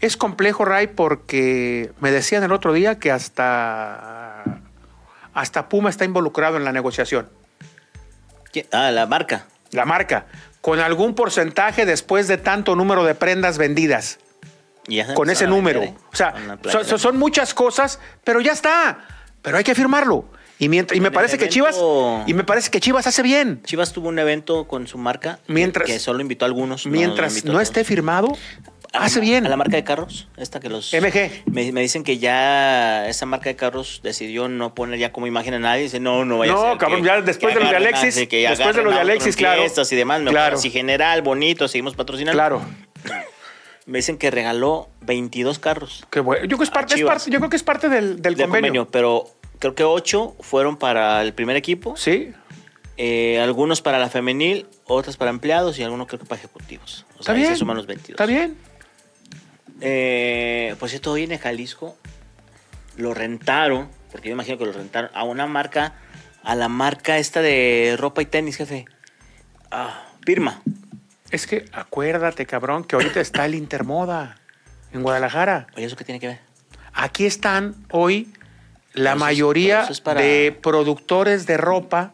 Es complejo, Ray, porque me decían el otro día que hasta, hasta Puma está involucrado en la negociación.
¿Qué? Ah, la marca.
La marca, con algún porcentaje después de tanto número de prendas vendidas.
Y ya se
con ese
empezaron a
número.
vender, ¿eh?
O sea,
Con la
son,
playera.
son- son muchas cosas, pero ya está. Pero hay que firmarlo. Y, mientras, y me
El
parece que Chivas
evento-
y me parece que Chivas hace bien.
Chivas tuvo un evento con su marca
Mientras-
que solo invitó a algunos. no, no
Mientras
invitó
no,
a todos.
esté firmado,
A la-
hace bien.
A la marca de carros, esta que los...
MG.
Me, me dicen que ya esa marca de carros decidió no poner ya como imagen a nadie. Dice, no, no vaya a
No,
ser.
cabrón,
que-
ya después
que
de lo de
agarren a-
Alexis,
sí, que
después de
agarren
lo de
a otro en
Alexis, claro.
fiestas y demás. mejor
Claro.
Así general, bonito, seguimos patrocinando.
Claro.
Me dicen que regaló 22 carros
Qué bueno. Yo creo que es parte, es
Chivas.
parte- yo creo que es parte del, del
de
convenio.
convenio, pero creo que 8 fueron para el primer equipo.
Sí.
Eh, algunos para la femenil, otras para empleados y algunos creo que para ejecutivos. O
Está
sea, ahí
bien.
se suman los 22.
Está bien.
Eh, por cierto, hoy en el Jalisco lo rentaron, porque yo imagino que lo rentaron a una marca, a la marca esta de ropa y tenis, jefe. Ah, Pirma.
Es que acuérdate, cabrón, que ahorita está el Intermoda en Guadalajara.
Oye, ¿eso qué tiene que ver?
Aquí están hoy la
Pero eso es- pero
mayoría
eso es para-
de productores de ropa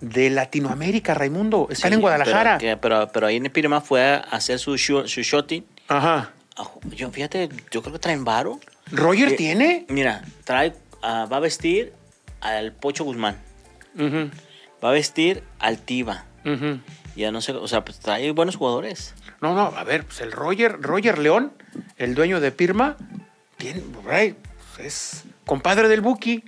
de Latinoamérica, Raimundo. Están en
Sí,
Guadalajara.
Pero, que- pero, pero ahí en Pirma fue a hacer su, shu- su shooting.
Ajá.
Ah, Yo, fíjate, yo creo que traen varo.
¿Roger
Eh,
tiene?
Mira, trae, ah, va a vestir al Pocho Guzmán,
Ujú,
va a vestir al Tiva.
ujú.
Ya no sé, o sea, pues trae buenos jugadores.
No, no, a ver, pues el Roger, Roger León, el dueño de Pirma, tiene, Ray, es compadre del Buki.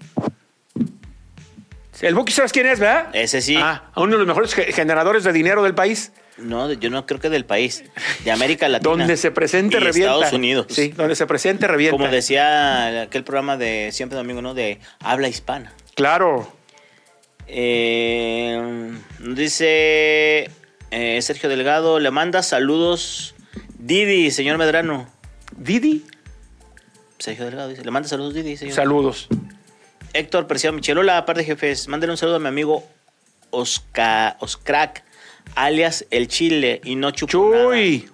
El Buki, ¿sabes quién es, verdad?
Ese Eh, sí.
Ah, uno de los mejores ge- generadores de dinero del país.
No, de- yo no creo que del país, de América Latina.
Donde se presente,
Y
revienta.
Estados Unidos.
Sí, donde se presente, revienta.
Como decía aquel programa de Siempre Domingo, ¿no? De habla hispana.
Claro.
Eh, dice eh, Sergio Delgado, le manda saludos Didi, señor Medrano.
Didi,
Sergio Delgado dice, le manda saludos Didi, señor.
saludos.
Héctor Preciado Michelola, aparte jefes, mándale un saludo a mi amigo Oscar, Oscrack, alias El Chile y no Chupo nada.
Chuy.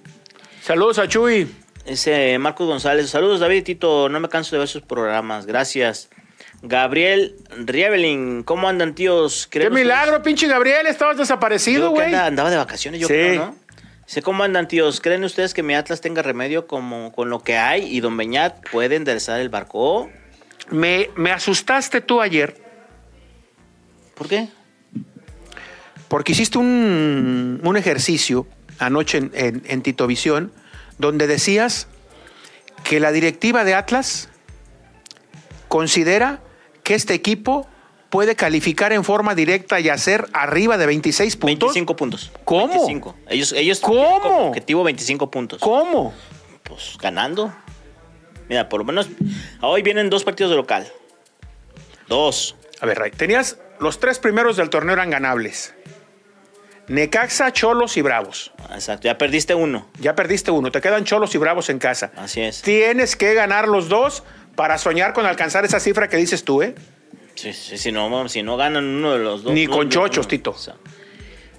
Saludos a Chuy.
Dice Marcos González, saludos David y Tito, no me canso de ver sus programas, gracias. Gabriel Rievelin, ¿cómo andan tíos?
Qué
Queremos-
milagro, pinche Gabriel. Estabas
Yo
desaparecido,
creo que
güey.
anda- andaba de vacaciones, yo
Sí.
creo, ¿no? Dice, ¿cómo andan, tíos? ¿Creen ustedes que mi Atlas tenga remedio como con lo que hay y Don Beñat puede enderezar el barco?
Me, me asustaste tú ayer
¿Por qué?
porque hiciste un, un ejercicio anoche en, en, en Titovisión donde decías que la directiva de Atlas considera que este equipo puede calificar en forma directa y hacer arriba de 26 puntos.
25 puntos.
¿Cómo?
25. Ellos, ellos
¿Cómo?
tienen como objetivo 25 puntos.
¿Cómo?
Pues ganando. Mira, por lo menos hoy vienen dos partidos de local. Dos.
A ver, Ray, tenías los tres primeros del torneo eran ganables. Necaxa, Cholos y Bravos.
Exacto, ya perdiste uno.
Ya perdiste uno, te quedan Cholos y Bravos en casa.
Así es.
Tienes que ganar los dos para soñar con alcanzar esa cifra que dices tú, ¿eh?
Sí, sí, si, no, si no ganan uno de los dos.
Ni
no,
con
no,
chochos,
no.
Tito.
O sea,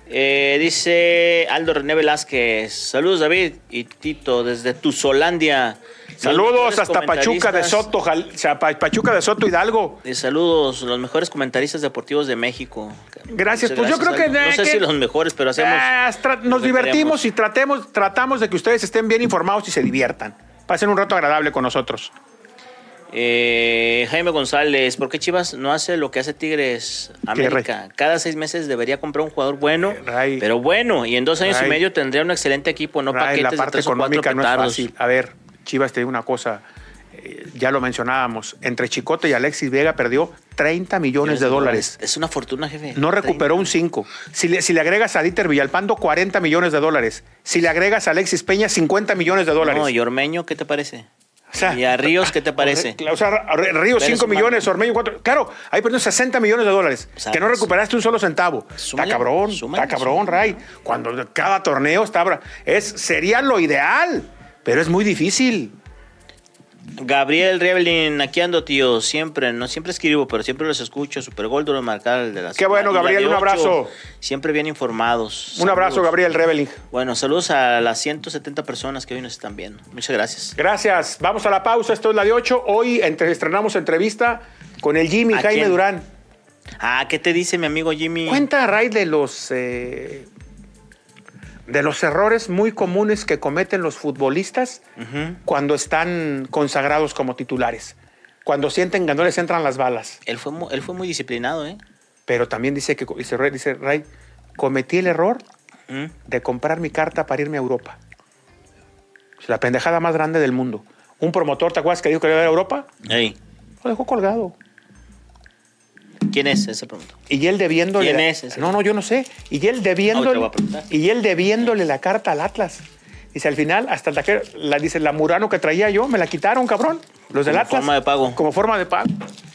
eh, dice Aldo René Velázquez. Saludos, David y Tito, desde Tuzolandia. Los
Saludos
mejores
hasta Pachuca de
comentaristas-
Soto, Jal- o sea, Pa- Pachuca de Soto Hidalgo.
Eh, saludos, los mejores comentaristas deportivos de México.
Gracias,
Muchas
pues yo creo que-
Aldo. No sé
que-
si los mejores, pero hacemos.
Ah, tra-
lo
nos
que
divertimos
queremos.
y tratemos, tratamos de que ustedes estén bien informados y se diviertan. Pasen un rato agradable con nosotros.
Eh, Jaime González, ¿por qué Chivas no hace lo que hace Tigres América? Cada seis meses debería comprar un jugador bueno,
Ray.
pero bueno, y en dos años
Ray.
y medio tendría un excelente equipo, no
Ray,
paquetes
la
de
parte
tres o cuatro
económica no es
petardos.
fácil. A ver, Chivas te digo una cosa. eh, ya lo mencionábamos. Entre Chicote y Alexis Vega perdió 30 millones de dólares.
Es una fortuna, jefe.
No recuperó un 5. Si le, si le agregas a Dieter Villalpando, 40 millones de dólares. Si le agregas a Alexis Peña, 50 millones de dólares.
No, y Ormeño, ¿qué te parece?
O sea,
y a Ríos, ¿qué te parece?
O sea, Río
Pero
5
sumando.
millones, Ormeño 4. Claro, ahí perdió 60 millones de dólares.
O sea,
que no recuperaste un solo centavo.
súmale,
está cabrón,
súmale,
está cabrón,
súmale.
Ray. Cuando cada torneo está. abra- Es, sería lo ideal, pero es muy difícil.
Gabriel Rieblin, aquí ando, tío. Siempre, no siempre escribo, pero siempre los escucho. Supergol duro de marcar el de las.
Qué bueno,
la- la
Gabriel,
de
un
ocho.
abrazo.
Siempre bien informados.
Un abrazo,
Saludos.
Gabriel Reveling.
Bueno, saludos a las 170 personas que hoy nos están viendo. Muchas gracias.
Gracias. Vamos a la pausa. Esto es la de 8. Hoy entre- estrenamos entrevista con el Jimmy
¿A
Jaime
quién?
Durán.
Ah, ¿qué te dice mi amigo Jimmy?
Cuenta, Ray, de los. eh, de los errores muy comunes que cometen los futbolistas
Ujú.
cuando están consagrados como titulares. Cuando sienten que no les entran las balas.
Él fue, mu- él fue muy disciplinado, ¿eh?
Pero también dice que dice Ray, dice, Ray, cometí el error
Mm.
de comprar mi carta para irme a Europa. Es La pendejada más grande del mundo. Un promotor, ¿te acuerdas que dijo que iba a ir a Europa?
Ey,
Lo dejó colgado.
¿Quién es ese pronto?
Y él debiéndole.
¿Quién
la-
es ese?
No, no, yo no sé. Y él debiéndole.
voy a preguntar.
y él debiéndole la carta al Atlas. Dice, al final, hasta la que la, dice, la Murano que traía yo, me la quitaron, cabrón. Los del
Como
Atlas.
forma de pago.
Como forma de pago.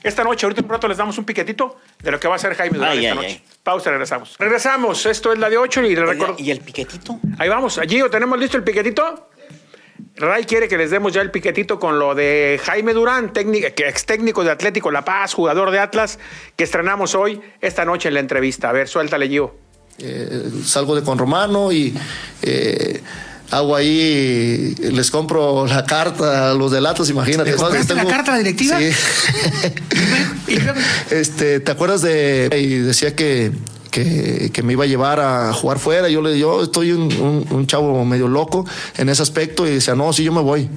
Esta noche, ahorita en un rato les damos un piquetito de lo que va a hacer Jaime Durán
Ay,
esta
ay,
noche.
ay.
Pausa, regresamos. Regresamos. Esto es la de 8 y le recuerdo.
¿Y el piquetito?
Ahí vamos, allí tenemos listo el piquetito. Ray quiere que les demos ya el piquetito con lo de Jaime Durán, técnico, que ex técnico de Atlético La Paz, jugador de Atlas, que estrenamos hoy, esta noche en la entrevista. A ver, suéltale, Gio.
Eh, salgo de con Romano y eh, hago ahí, les compro la carta a los del Atlas, imagínate.
¿Le
¿no?
compraste la carta a la directiva?
Sí. este, ¿te acuerdas de y decía que, que, que me iba a llevar a jugar fuera? Yo le yo estoy un, un- un chavo medio loco en ese aspecto y decía, no, sí, yo me voy.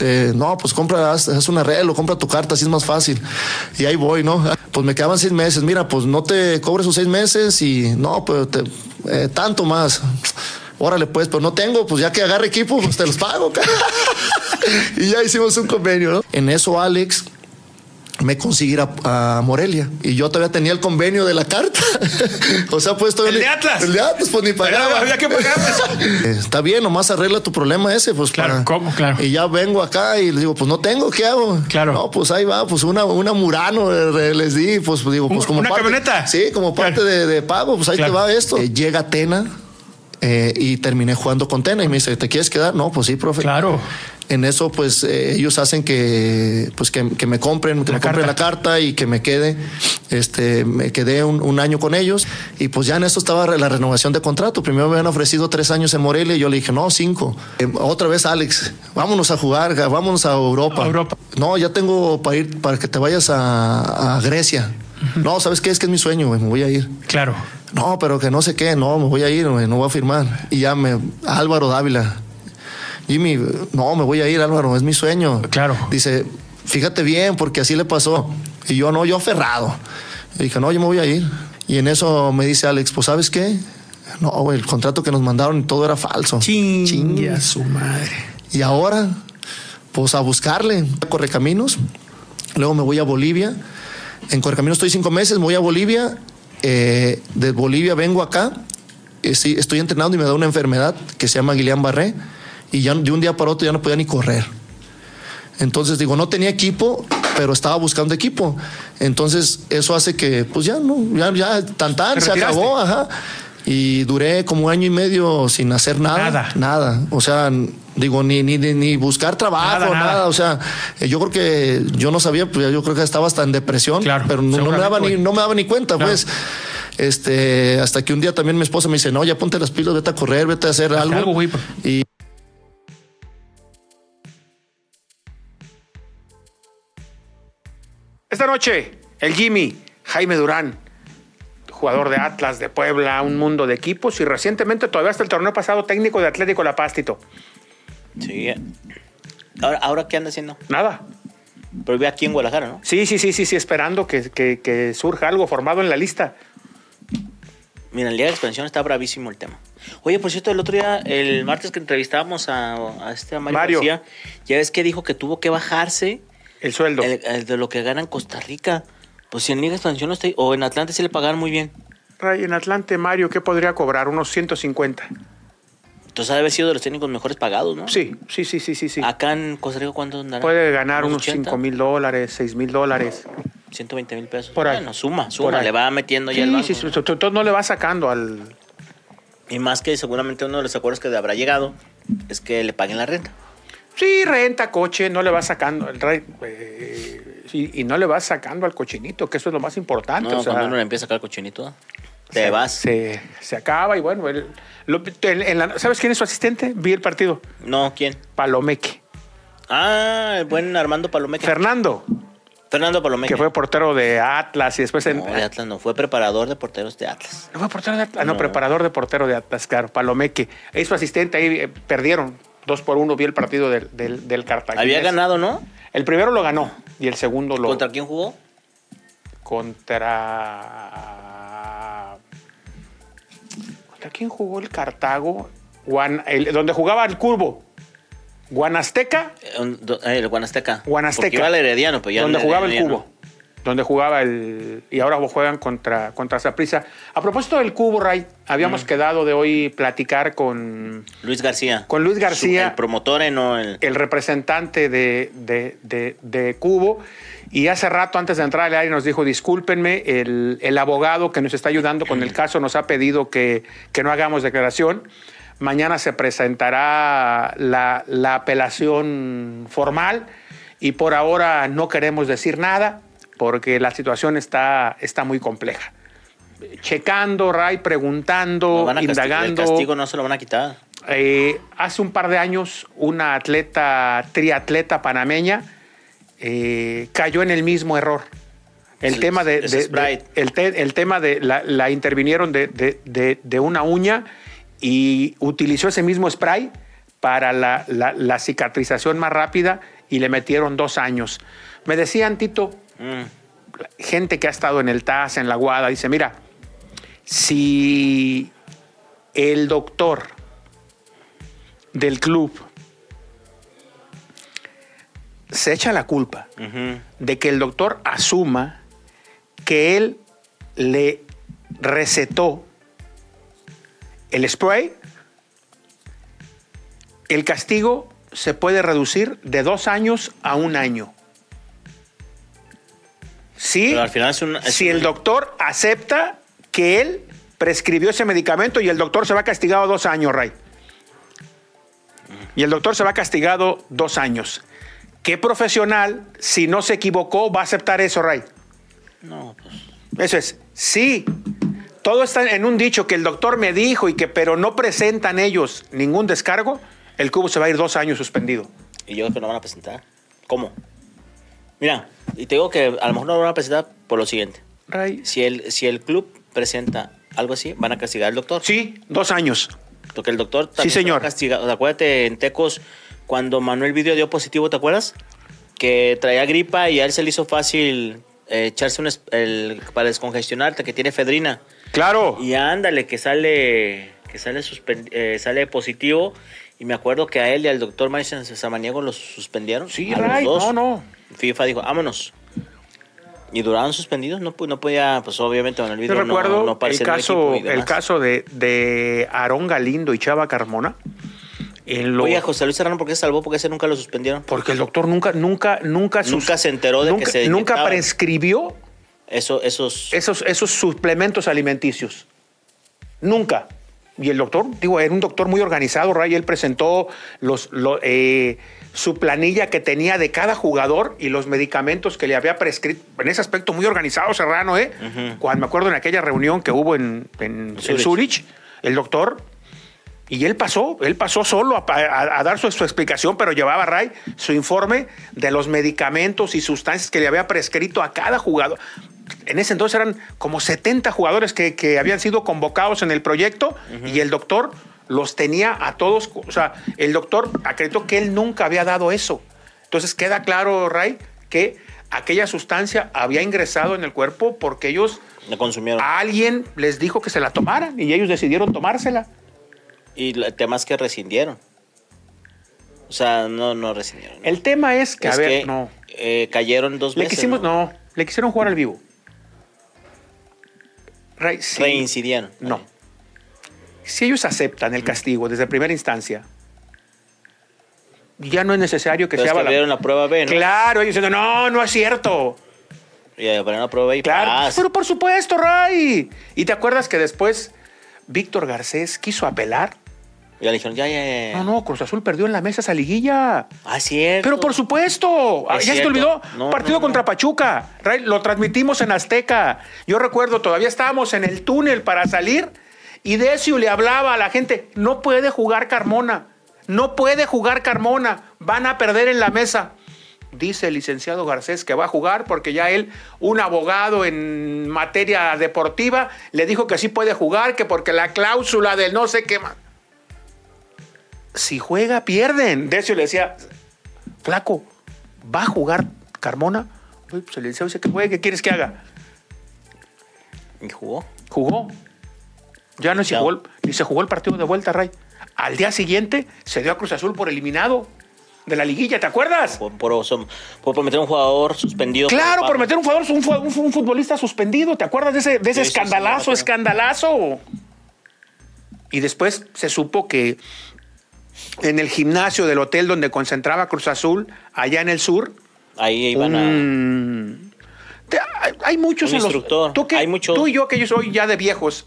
Eh, no, pues compra, haz, haz un arreglo, compra tu carta, así es más fácil. Y ahí voy, ¿no? Pues me quedaban seis meses, mira, pues no te cobres sus seis meses y no, pues te- eh, tanto más. Órale, pues, pues no tengo, pues ya que agarre equipo, pues te los pago. y ya hicimos un convenio, ¿no? En eso, Alex, me conseguir a, a Morelia. Y yo todavía tenía el convenio de la carta. o sea, pues todavía.
¿El de
ni-
Atlas?
El de Atlas, pues ni pagaba.
había que pagarles.
Eh, Está bien, nomás arregla tu problema ese, pues
Claro,
para-
¿cómo? Claro.
Y ya vengo acá y le digo, pues no tengo, ¿qué hago?
Claro.
No, pues ahí va, pues una, una Murano eh, les di, pues digo, pues
Un-
como
una camioneta.
Sí, como parte
Claro.
de, de pago, pues ahí
Claro.
te va esto. Eh, llega Atena eh, y terminé jugando con Tena y me dice, ¿te quieres quedar? No, pues sí, profe.
Claro.
En eso, pues eh, ellos hacen que, pues, que, que me compren, que
La
me compren
carta.
la carta y que me quede. Este, me quedé un, un año con ellos y pues ya en eso estaba re- la renovación de contrato. Primero me habían ofrecido tres años en Morelia y yo le dije, no, cinco. Eh, otra vez, Alex, vámonos a jugar, ga- vámonos a Europa.
A Europa.
No, ya tengo para ir, para que te vayas a, a Grecia. No, ¿sabes qué? Es que es mi sueño, güey, me voy a ir.
Claro.
No, pero que no sé qué, no, me voy a ir, güey, no voy a firmar. Y ya me, Álvaro Dávila, Jimmy, no, me voy a ir, Álvaro, es mi sueño.
Claro.
Dice, fíjate bien, porque así le pasó. Y yo no, yo aferrado. Y dije, no, yo me voy a ir. Y en eso me dice Alex, pues ¿sabes qué? No, güey, el contrato que nos mandaron y todo era falso.
Chin.
Chingue a
su madre.
Y ahora, pues a buscarle. A Correcaminos. Luego me voy a Bolivia. En Correcaminos estoy cinco meses, me voy a Bolivia. Eh, de Bolivia vengo acá. Eh, sí, estoy entrenando y me da una enfermedad que se llama Guillain Barré. Y ya de un día para otro ya no podía ni correr. Entonces digo, no tenía equipo, pero estaba buscando equipo. Entonces eso hace que, pues ya no, ya, ya tan tan,
¿Te
se
retiraste?
acabó, ajá. Y duré como un año y medio sin hacer nada
Nada.
nada. O sea, n- digo, ni, ni, ni, ni buscar trabajo,
Nada,
nada,
nada.
O sea, eh, yo creo que yo no sabía, pues yo creo que estaba hasta en depresión,
Claro,
pero no, no me
seguramente,
daba ni,
güey.
no me daba ni cuenta,
Claro.
pues. Este, hasta que un día también mi esposa me dice, no, ya ponte las pilas, vete a correr, vete a hacer algo.
algo, güey.
Y
Esta noche, el Jimmy, Jaime Durán, jugador de Atlas, de Puebla, un mundo de equipos y recientemente, todavía hasta el torneo pasado, técnico de Atlético La Paz, Tito.
Sí. Ahora, ahora ¿qué anda haciendo?
Nada.
Pero ve aquí en Guadalajara, ¿no?
Sí, sí, sí, sí, sí, esperando que, que- que surja algo formado en la lista.
Mira, en Liga de Expansión está bravísimo el tema. Oye, por cierto, el otro día, el martes que entrevistábamos a, a este a Mario,
Mario.
García, ya ves que dijo que tuvo que bajarse
El sueldo.
el- el de lo que gana en Costa Rica. Pues si en Liga de Expansión no está, o en Atlante se le pagan muy bien.
Ray, en Atlante, Mario, ¿qué podría cobrar? Unos 150.
Entonces ha de haber sido de los técnicos mejores pagados, ¿no?
Sí, sí, sí, sí, sí. sí.
Acá en Costa Rica, ¿cuánto andará?
Puede ganar
Ah, ¿Unos
unos
80?
5 mil dólares, 6 mil dólares.
120 mil pesos.
Por ahí.
Bueno, suma,
Por
suma.
ahí.
Le va metiendo ya el
Sí,
banco,
sí,
¿no?
sí, tú- tú- tú no le vas sacando al...
Y más que seguramente uno de los acuerdos que le habrá llegado es que le paguen la renta.
Sí, renta coche, no le vas sacando el rey, eh, sí, y no le vas sacando al cochinito, que eso es lo más importante.
no,
o sea,
cuando uno le empieza a sacar cochinito, te
se-
vas.
Se, se acaba y bueno, el- lo- en- en la- ¿sabes quién es su asistente? Vi el partido,
No, ¿quién?
Palomeque.
Ah, el buen Armando Palomeque.
Fernando,
Fernando Palomeque.
que fue portero de Atlas y después en...
No, de Atlas no, fue preparador de porteros de Atlas.
¿No fue portero de Atlas? Ah, No,
No.
preparador de portero de Atlas, claro, Palomeque. Es su asistente, ahí eh, perdieron. Dos por uno, vi el partido del, del, del Cartaginés.
Había ganado, ¿no?
El primero lo ganó y el segundo lo...
¿Contra quién jugó?
contra. ¿Contra quién jugó el Cartago? Guan- el- donde jugaba el Curvo. Guanasteca,
Eh, un- do- eh, El Guanasteca.
Guanasteca.
Porque iba al Herediano, pero ya
donde
el
jugaba el
Herediano.
Cubo. Donde jugaba el. Y ahora juegan contra contra Saprissa. A propósito del Cubo, Ray, habíamos
Mm.
quedado de hoy platicar con
Luis García.
Con Luis García.
Su- el promotor, eh, no el.
el representante de, de- de- de Cubo. Y hace rato, antes de entrar al aire, nos dijo, discúlpenme, el, el abogado que nos está ayudando con el caso nos ha pedido que, que no hagamos declaración. Mañana se presentará la, la apelación formal y por ahora no queremos decir nada porque la situación está, está muy compleja. Checando, Ray,
lo
preguntando,
van a castigar,
indagando.
El castigo no se lo van a quitar.
Eh, hace un par de años, una atleta, triatleta panameña, eh, cayó en el mismo error. El
Es-
tema de,
es
de-
Sprite.
de- el, te- el tema de la, la intervinieron de, de- de- de una uña y utilizó ese mismo spray para la, la- la cicatrización más rápida y le metieron dos años. Me decían, Tito,
Mm.
gente que ha estado en el TAS, en la Guada, dice, mira, si el doctor del club se echa la culpa
Ujú.
de que el doctor asuma que él le recetó el spray, el castigo se puede reducir de dos años a un año. Sí,
Pero al final es un. es
si
un-
el doctor acepta que él prescribió ese medicamento y el doctor se va castigado dos años, Ray. Y el doctor se va castigado dos años. ¿Qué profesional, si no se equivocó, va a aceptar eso, Ray?
No, pues.
Eso es, sí. Todo está en un dicho que el doctor me dijo y que, pero no presentan ellos ningún descargo, el cubo se va a ir dos años suspendido.
Y yo creo que no van a presentar. ¿Cómo? Mira, y te digo que a lo mejor no lo van a presentar por lo siguiente.
Ray.
Si el, si el club presenta algo así, van a castigar al doctor.
Sí, dos años.
Porque el doctor
Sí, señor.
fue castigado. Acuérdate en Tecos, cuando Manuel Video dio positivo, ¿te acuerdas? Que traía gripa y a él se le hizo fácil eh, echarse un es- el- para descongestionarte, que tiene fedrina.
Claro.
Y ándale, que sale, que sale, suspen- eh, sale positivo. Y me acuerdo que a él y al doctor Mason Samaniego los suspendieron.
Sí,
a los
Ray.
dos.
No, no.
FIFA dijo, vámonos. Y duraron suspendidos, no, pu- no podía, pues obviamente Manuel
Yo
Video no,
recuerdo
no
el
aparece en
caso,
equipo y demás.
el caso de, de Aarón Galindo y Chava Carmona. En lo,
Oye, a José Luis Serrano, ¿por qué salvó? Porque ese nunca lo suspendieron.
porque el doctor nunca, nunca, nunca,
Nunca se enteró de que
nunca-
se
Nunca
inyectaban.
prescribió
Eso, esos.
esos, esos suplementos alimenticios. Nunca. Y el doctor, digo, era un doctor muy organizado, Ray. Él presentó los, lo- eh, su planilla que tenía de cada jugador y los medicamentos que le había prescrito. En ese aspecto muy organizado, Serrano, ¿eh? Cuando me acuerdo en aquella reunión que hubo en, en, en
Zurich.
Zurich, el doctor y él pasó, él pasó solo a, a- a dar su, su explicación, pero llevaba Ray su informe de los medicamentos y sustancias que le había prescrito a cada jugador. En ese entonces eran como 70 jugadores que, que habían sido convocados en el proyecto y el doctor los tenía a todos. O sea, el doctor acreditó que él nunca había dado eso. Entonces queda claro, Ray, que aquella sustancia había ingresado en el cuerpo porque ellos,
La consumieron.
a alguien les dijo que se la tomaran y ellos decidieron tomársela.
Y la- el tema es que rescindieron. O sea, no, no rescindieron.
El tema es que,
Es
a ver,
que,
no.
eh, cayeron dos
Le
veces.
quisimos, no. le quisieron jugar al vivo. Ray, sí.
Reincidieron.
No. Si ellos aceptan el castigo desde primera instancia, ya no es necesario que
Pero es
sea
que
bala-
abrieron la prueba B, ¿no?
Claro, ellos diciendo, no, no es cierto.
Y abrieron la prueba B y
Claro,
¡paz!
pero por supuesto, Ray. ¿Y te acuerdas que después Víctor Garcés quiso apelar?
Y le dijeron, ya, ya, ya, ya.
No, no, Cruz Azul perdió en la mesa esa liguilla.
Ah, cierto.
Pero por supuesto, Ah,
Es
ya se te
cierto.
olvidó,
No,
partido
no, no.
contra Pachuca, Ray, lo transmitimos en Azteca. Yo recuerdo, todavía estábamos en el túnel para salir y Decio le hablaba a la gente, no puede jugar Carmona, no puede jugar Carmona, van a perder en la mesa. Dice el licenciado Garcés que va a jugar porque ya él, un abogado en materia deportiva, le dijo que sí puede jugar, que porque la cláusula del no sé qué más. Si juega, pierden. Decio le decía, flaco, ¿va a jugar Carmona? Uy, pues el Eliseo dice que juegue, ¿qué quieres que haga?
Y jugó.
Jugó. Ya no se
Ya.
jugó, el- ni se jugó el partido de vuelta, Ray. Al día siguiente se dio a Cruz Azul por eliminado de la liguilla, ¿te acuerdas?
Por, por, oso- por- por meter un jugador suspendido.
Claro, por
Pablo.
meter un jugador, un, fu- un fu- un futbolista suspendido, ¿te acuerdas de ese, de ese
Sí, sí, sí,
escandalazo,
me acuerdo.
escandalazo? Y después se supo que en el gimnasio del hotel donde concentraba Cruz Azul, allá en el sur,
Ahí iban a.
un- te- hay- hay muchos
un
en los-
instructor.
tú, que-
Hay muchos.
tú y yo, que yo soy ya de viejos,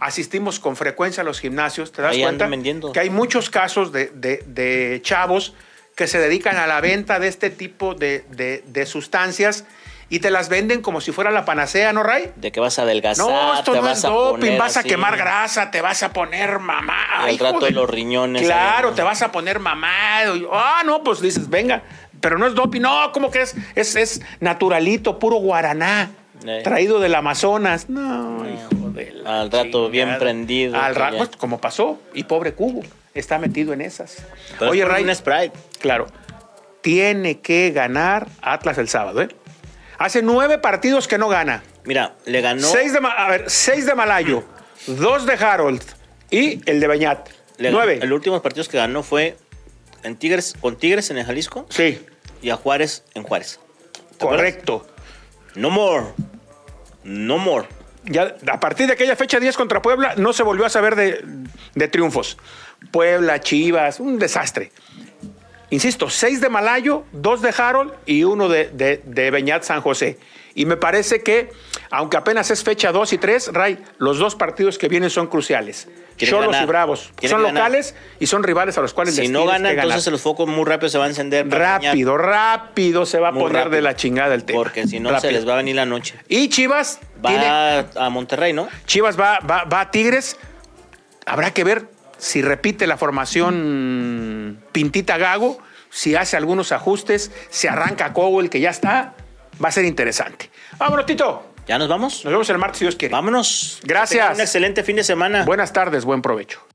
asistimos con frecuencia a los gimnasios, te das
Ahí andan
cuenta
vendiendo.
que hay muchos casos de, de- de chavos que se dedican a la venta de este tipo de, de- de sustancias y te las venden como si fuera la panacea, ¿no, Ray?
De que vas a adelgazar.
No, esto
te
no
vas
es
a
doping,
poner
vas a
así.
quemar grasa, te vas a poner mamá.
Al
Ay,
rato
joder.
los riñones.
Claro,
ahí,
te vas a poner mamado. Y, Ah, no, pues dices, venga, pero no es doping. No, ¿cómo que es? Es, es naturalito, puro guaraná.
Eh.
Traído del Amazonas. No, hijo de la
Al rato
chingada.
bien prendido,
Al
que
rato, pues,
ya.
como pasó. Y pobre Cubo, está metido en esas.
Pero
Oye,
es por
Ray,
Un Sprite.
claro, tiene que ganar Atlas el sábado, ¿eh? Hace nueve partidos que no gana.
Mira, le ganó.
Seis de, Ma- a ver, seis de Malayo, dos de Harold y el de Beñat.
le-
nueve.
El último partido que ganó fue en Tigres, con Tigres en el Jalisco
Sí,
y a Juárez en Juárez. ¿Te acuerdas?
correcto.
No more. No more.
Ya, a partir de aquella fecha 10 contra Puebla, no se volvió a saber de, de triunfos. Puebla, Chivas, un desastre. Insisto, 6 de Malayo, 2 de Harold y 1 de, de, de Beñat San José. Y me parece que, aunque apenas es fecha 2 y 3, Ray, los dos partidos que vienen son cruciales.
Tienen que
Cholos
ganar.
y Bravos.
Tienen
Son
que ganar.
locales y son rivales a los cuales
Si
les
no
tienes
gana,
que ganar.
entonces los focos muy rápido se van a encender. para mañana.
Rápido, rápido se va a
Muy
poner
rápido.
de la chingada el tema.
Porque si no,
Rápido.
se les va a venir la noche.
Y Chivas
Va
tiene-
a Monterrey, ¿no?
Chivas va, va- va a Tigres. Habrá que ver si repite la formación Pintita Gago, si hace algunos ajustes, si arranca Cowell, que ya está. Va a ser interesante. Vámonos, Tito.
¿Ya nos vamos?
Nos vemos el martes si Dios quiere.
Vámonos.
Gracias.
Que tengan Un excelente fin de semana.
Buenas tardes, buen provecho.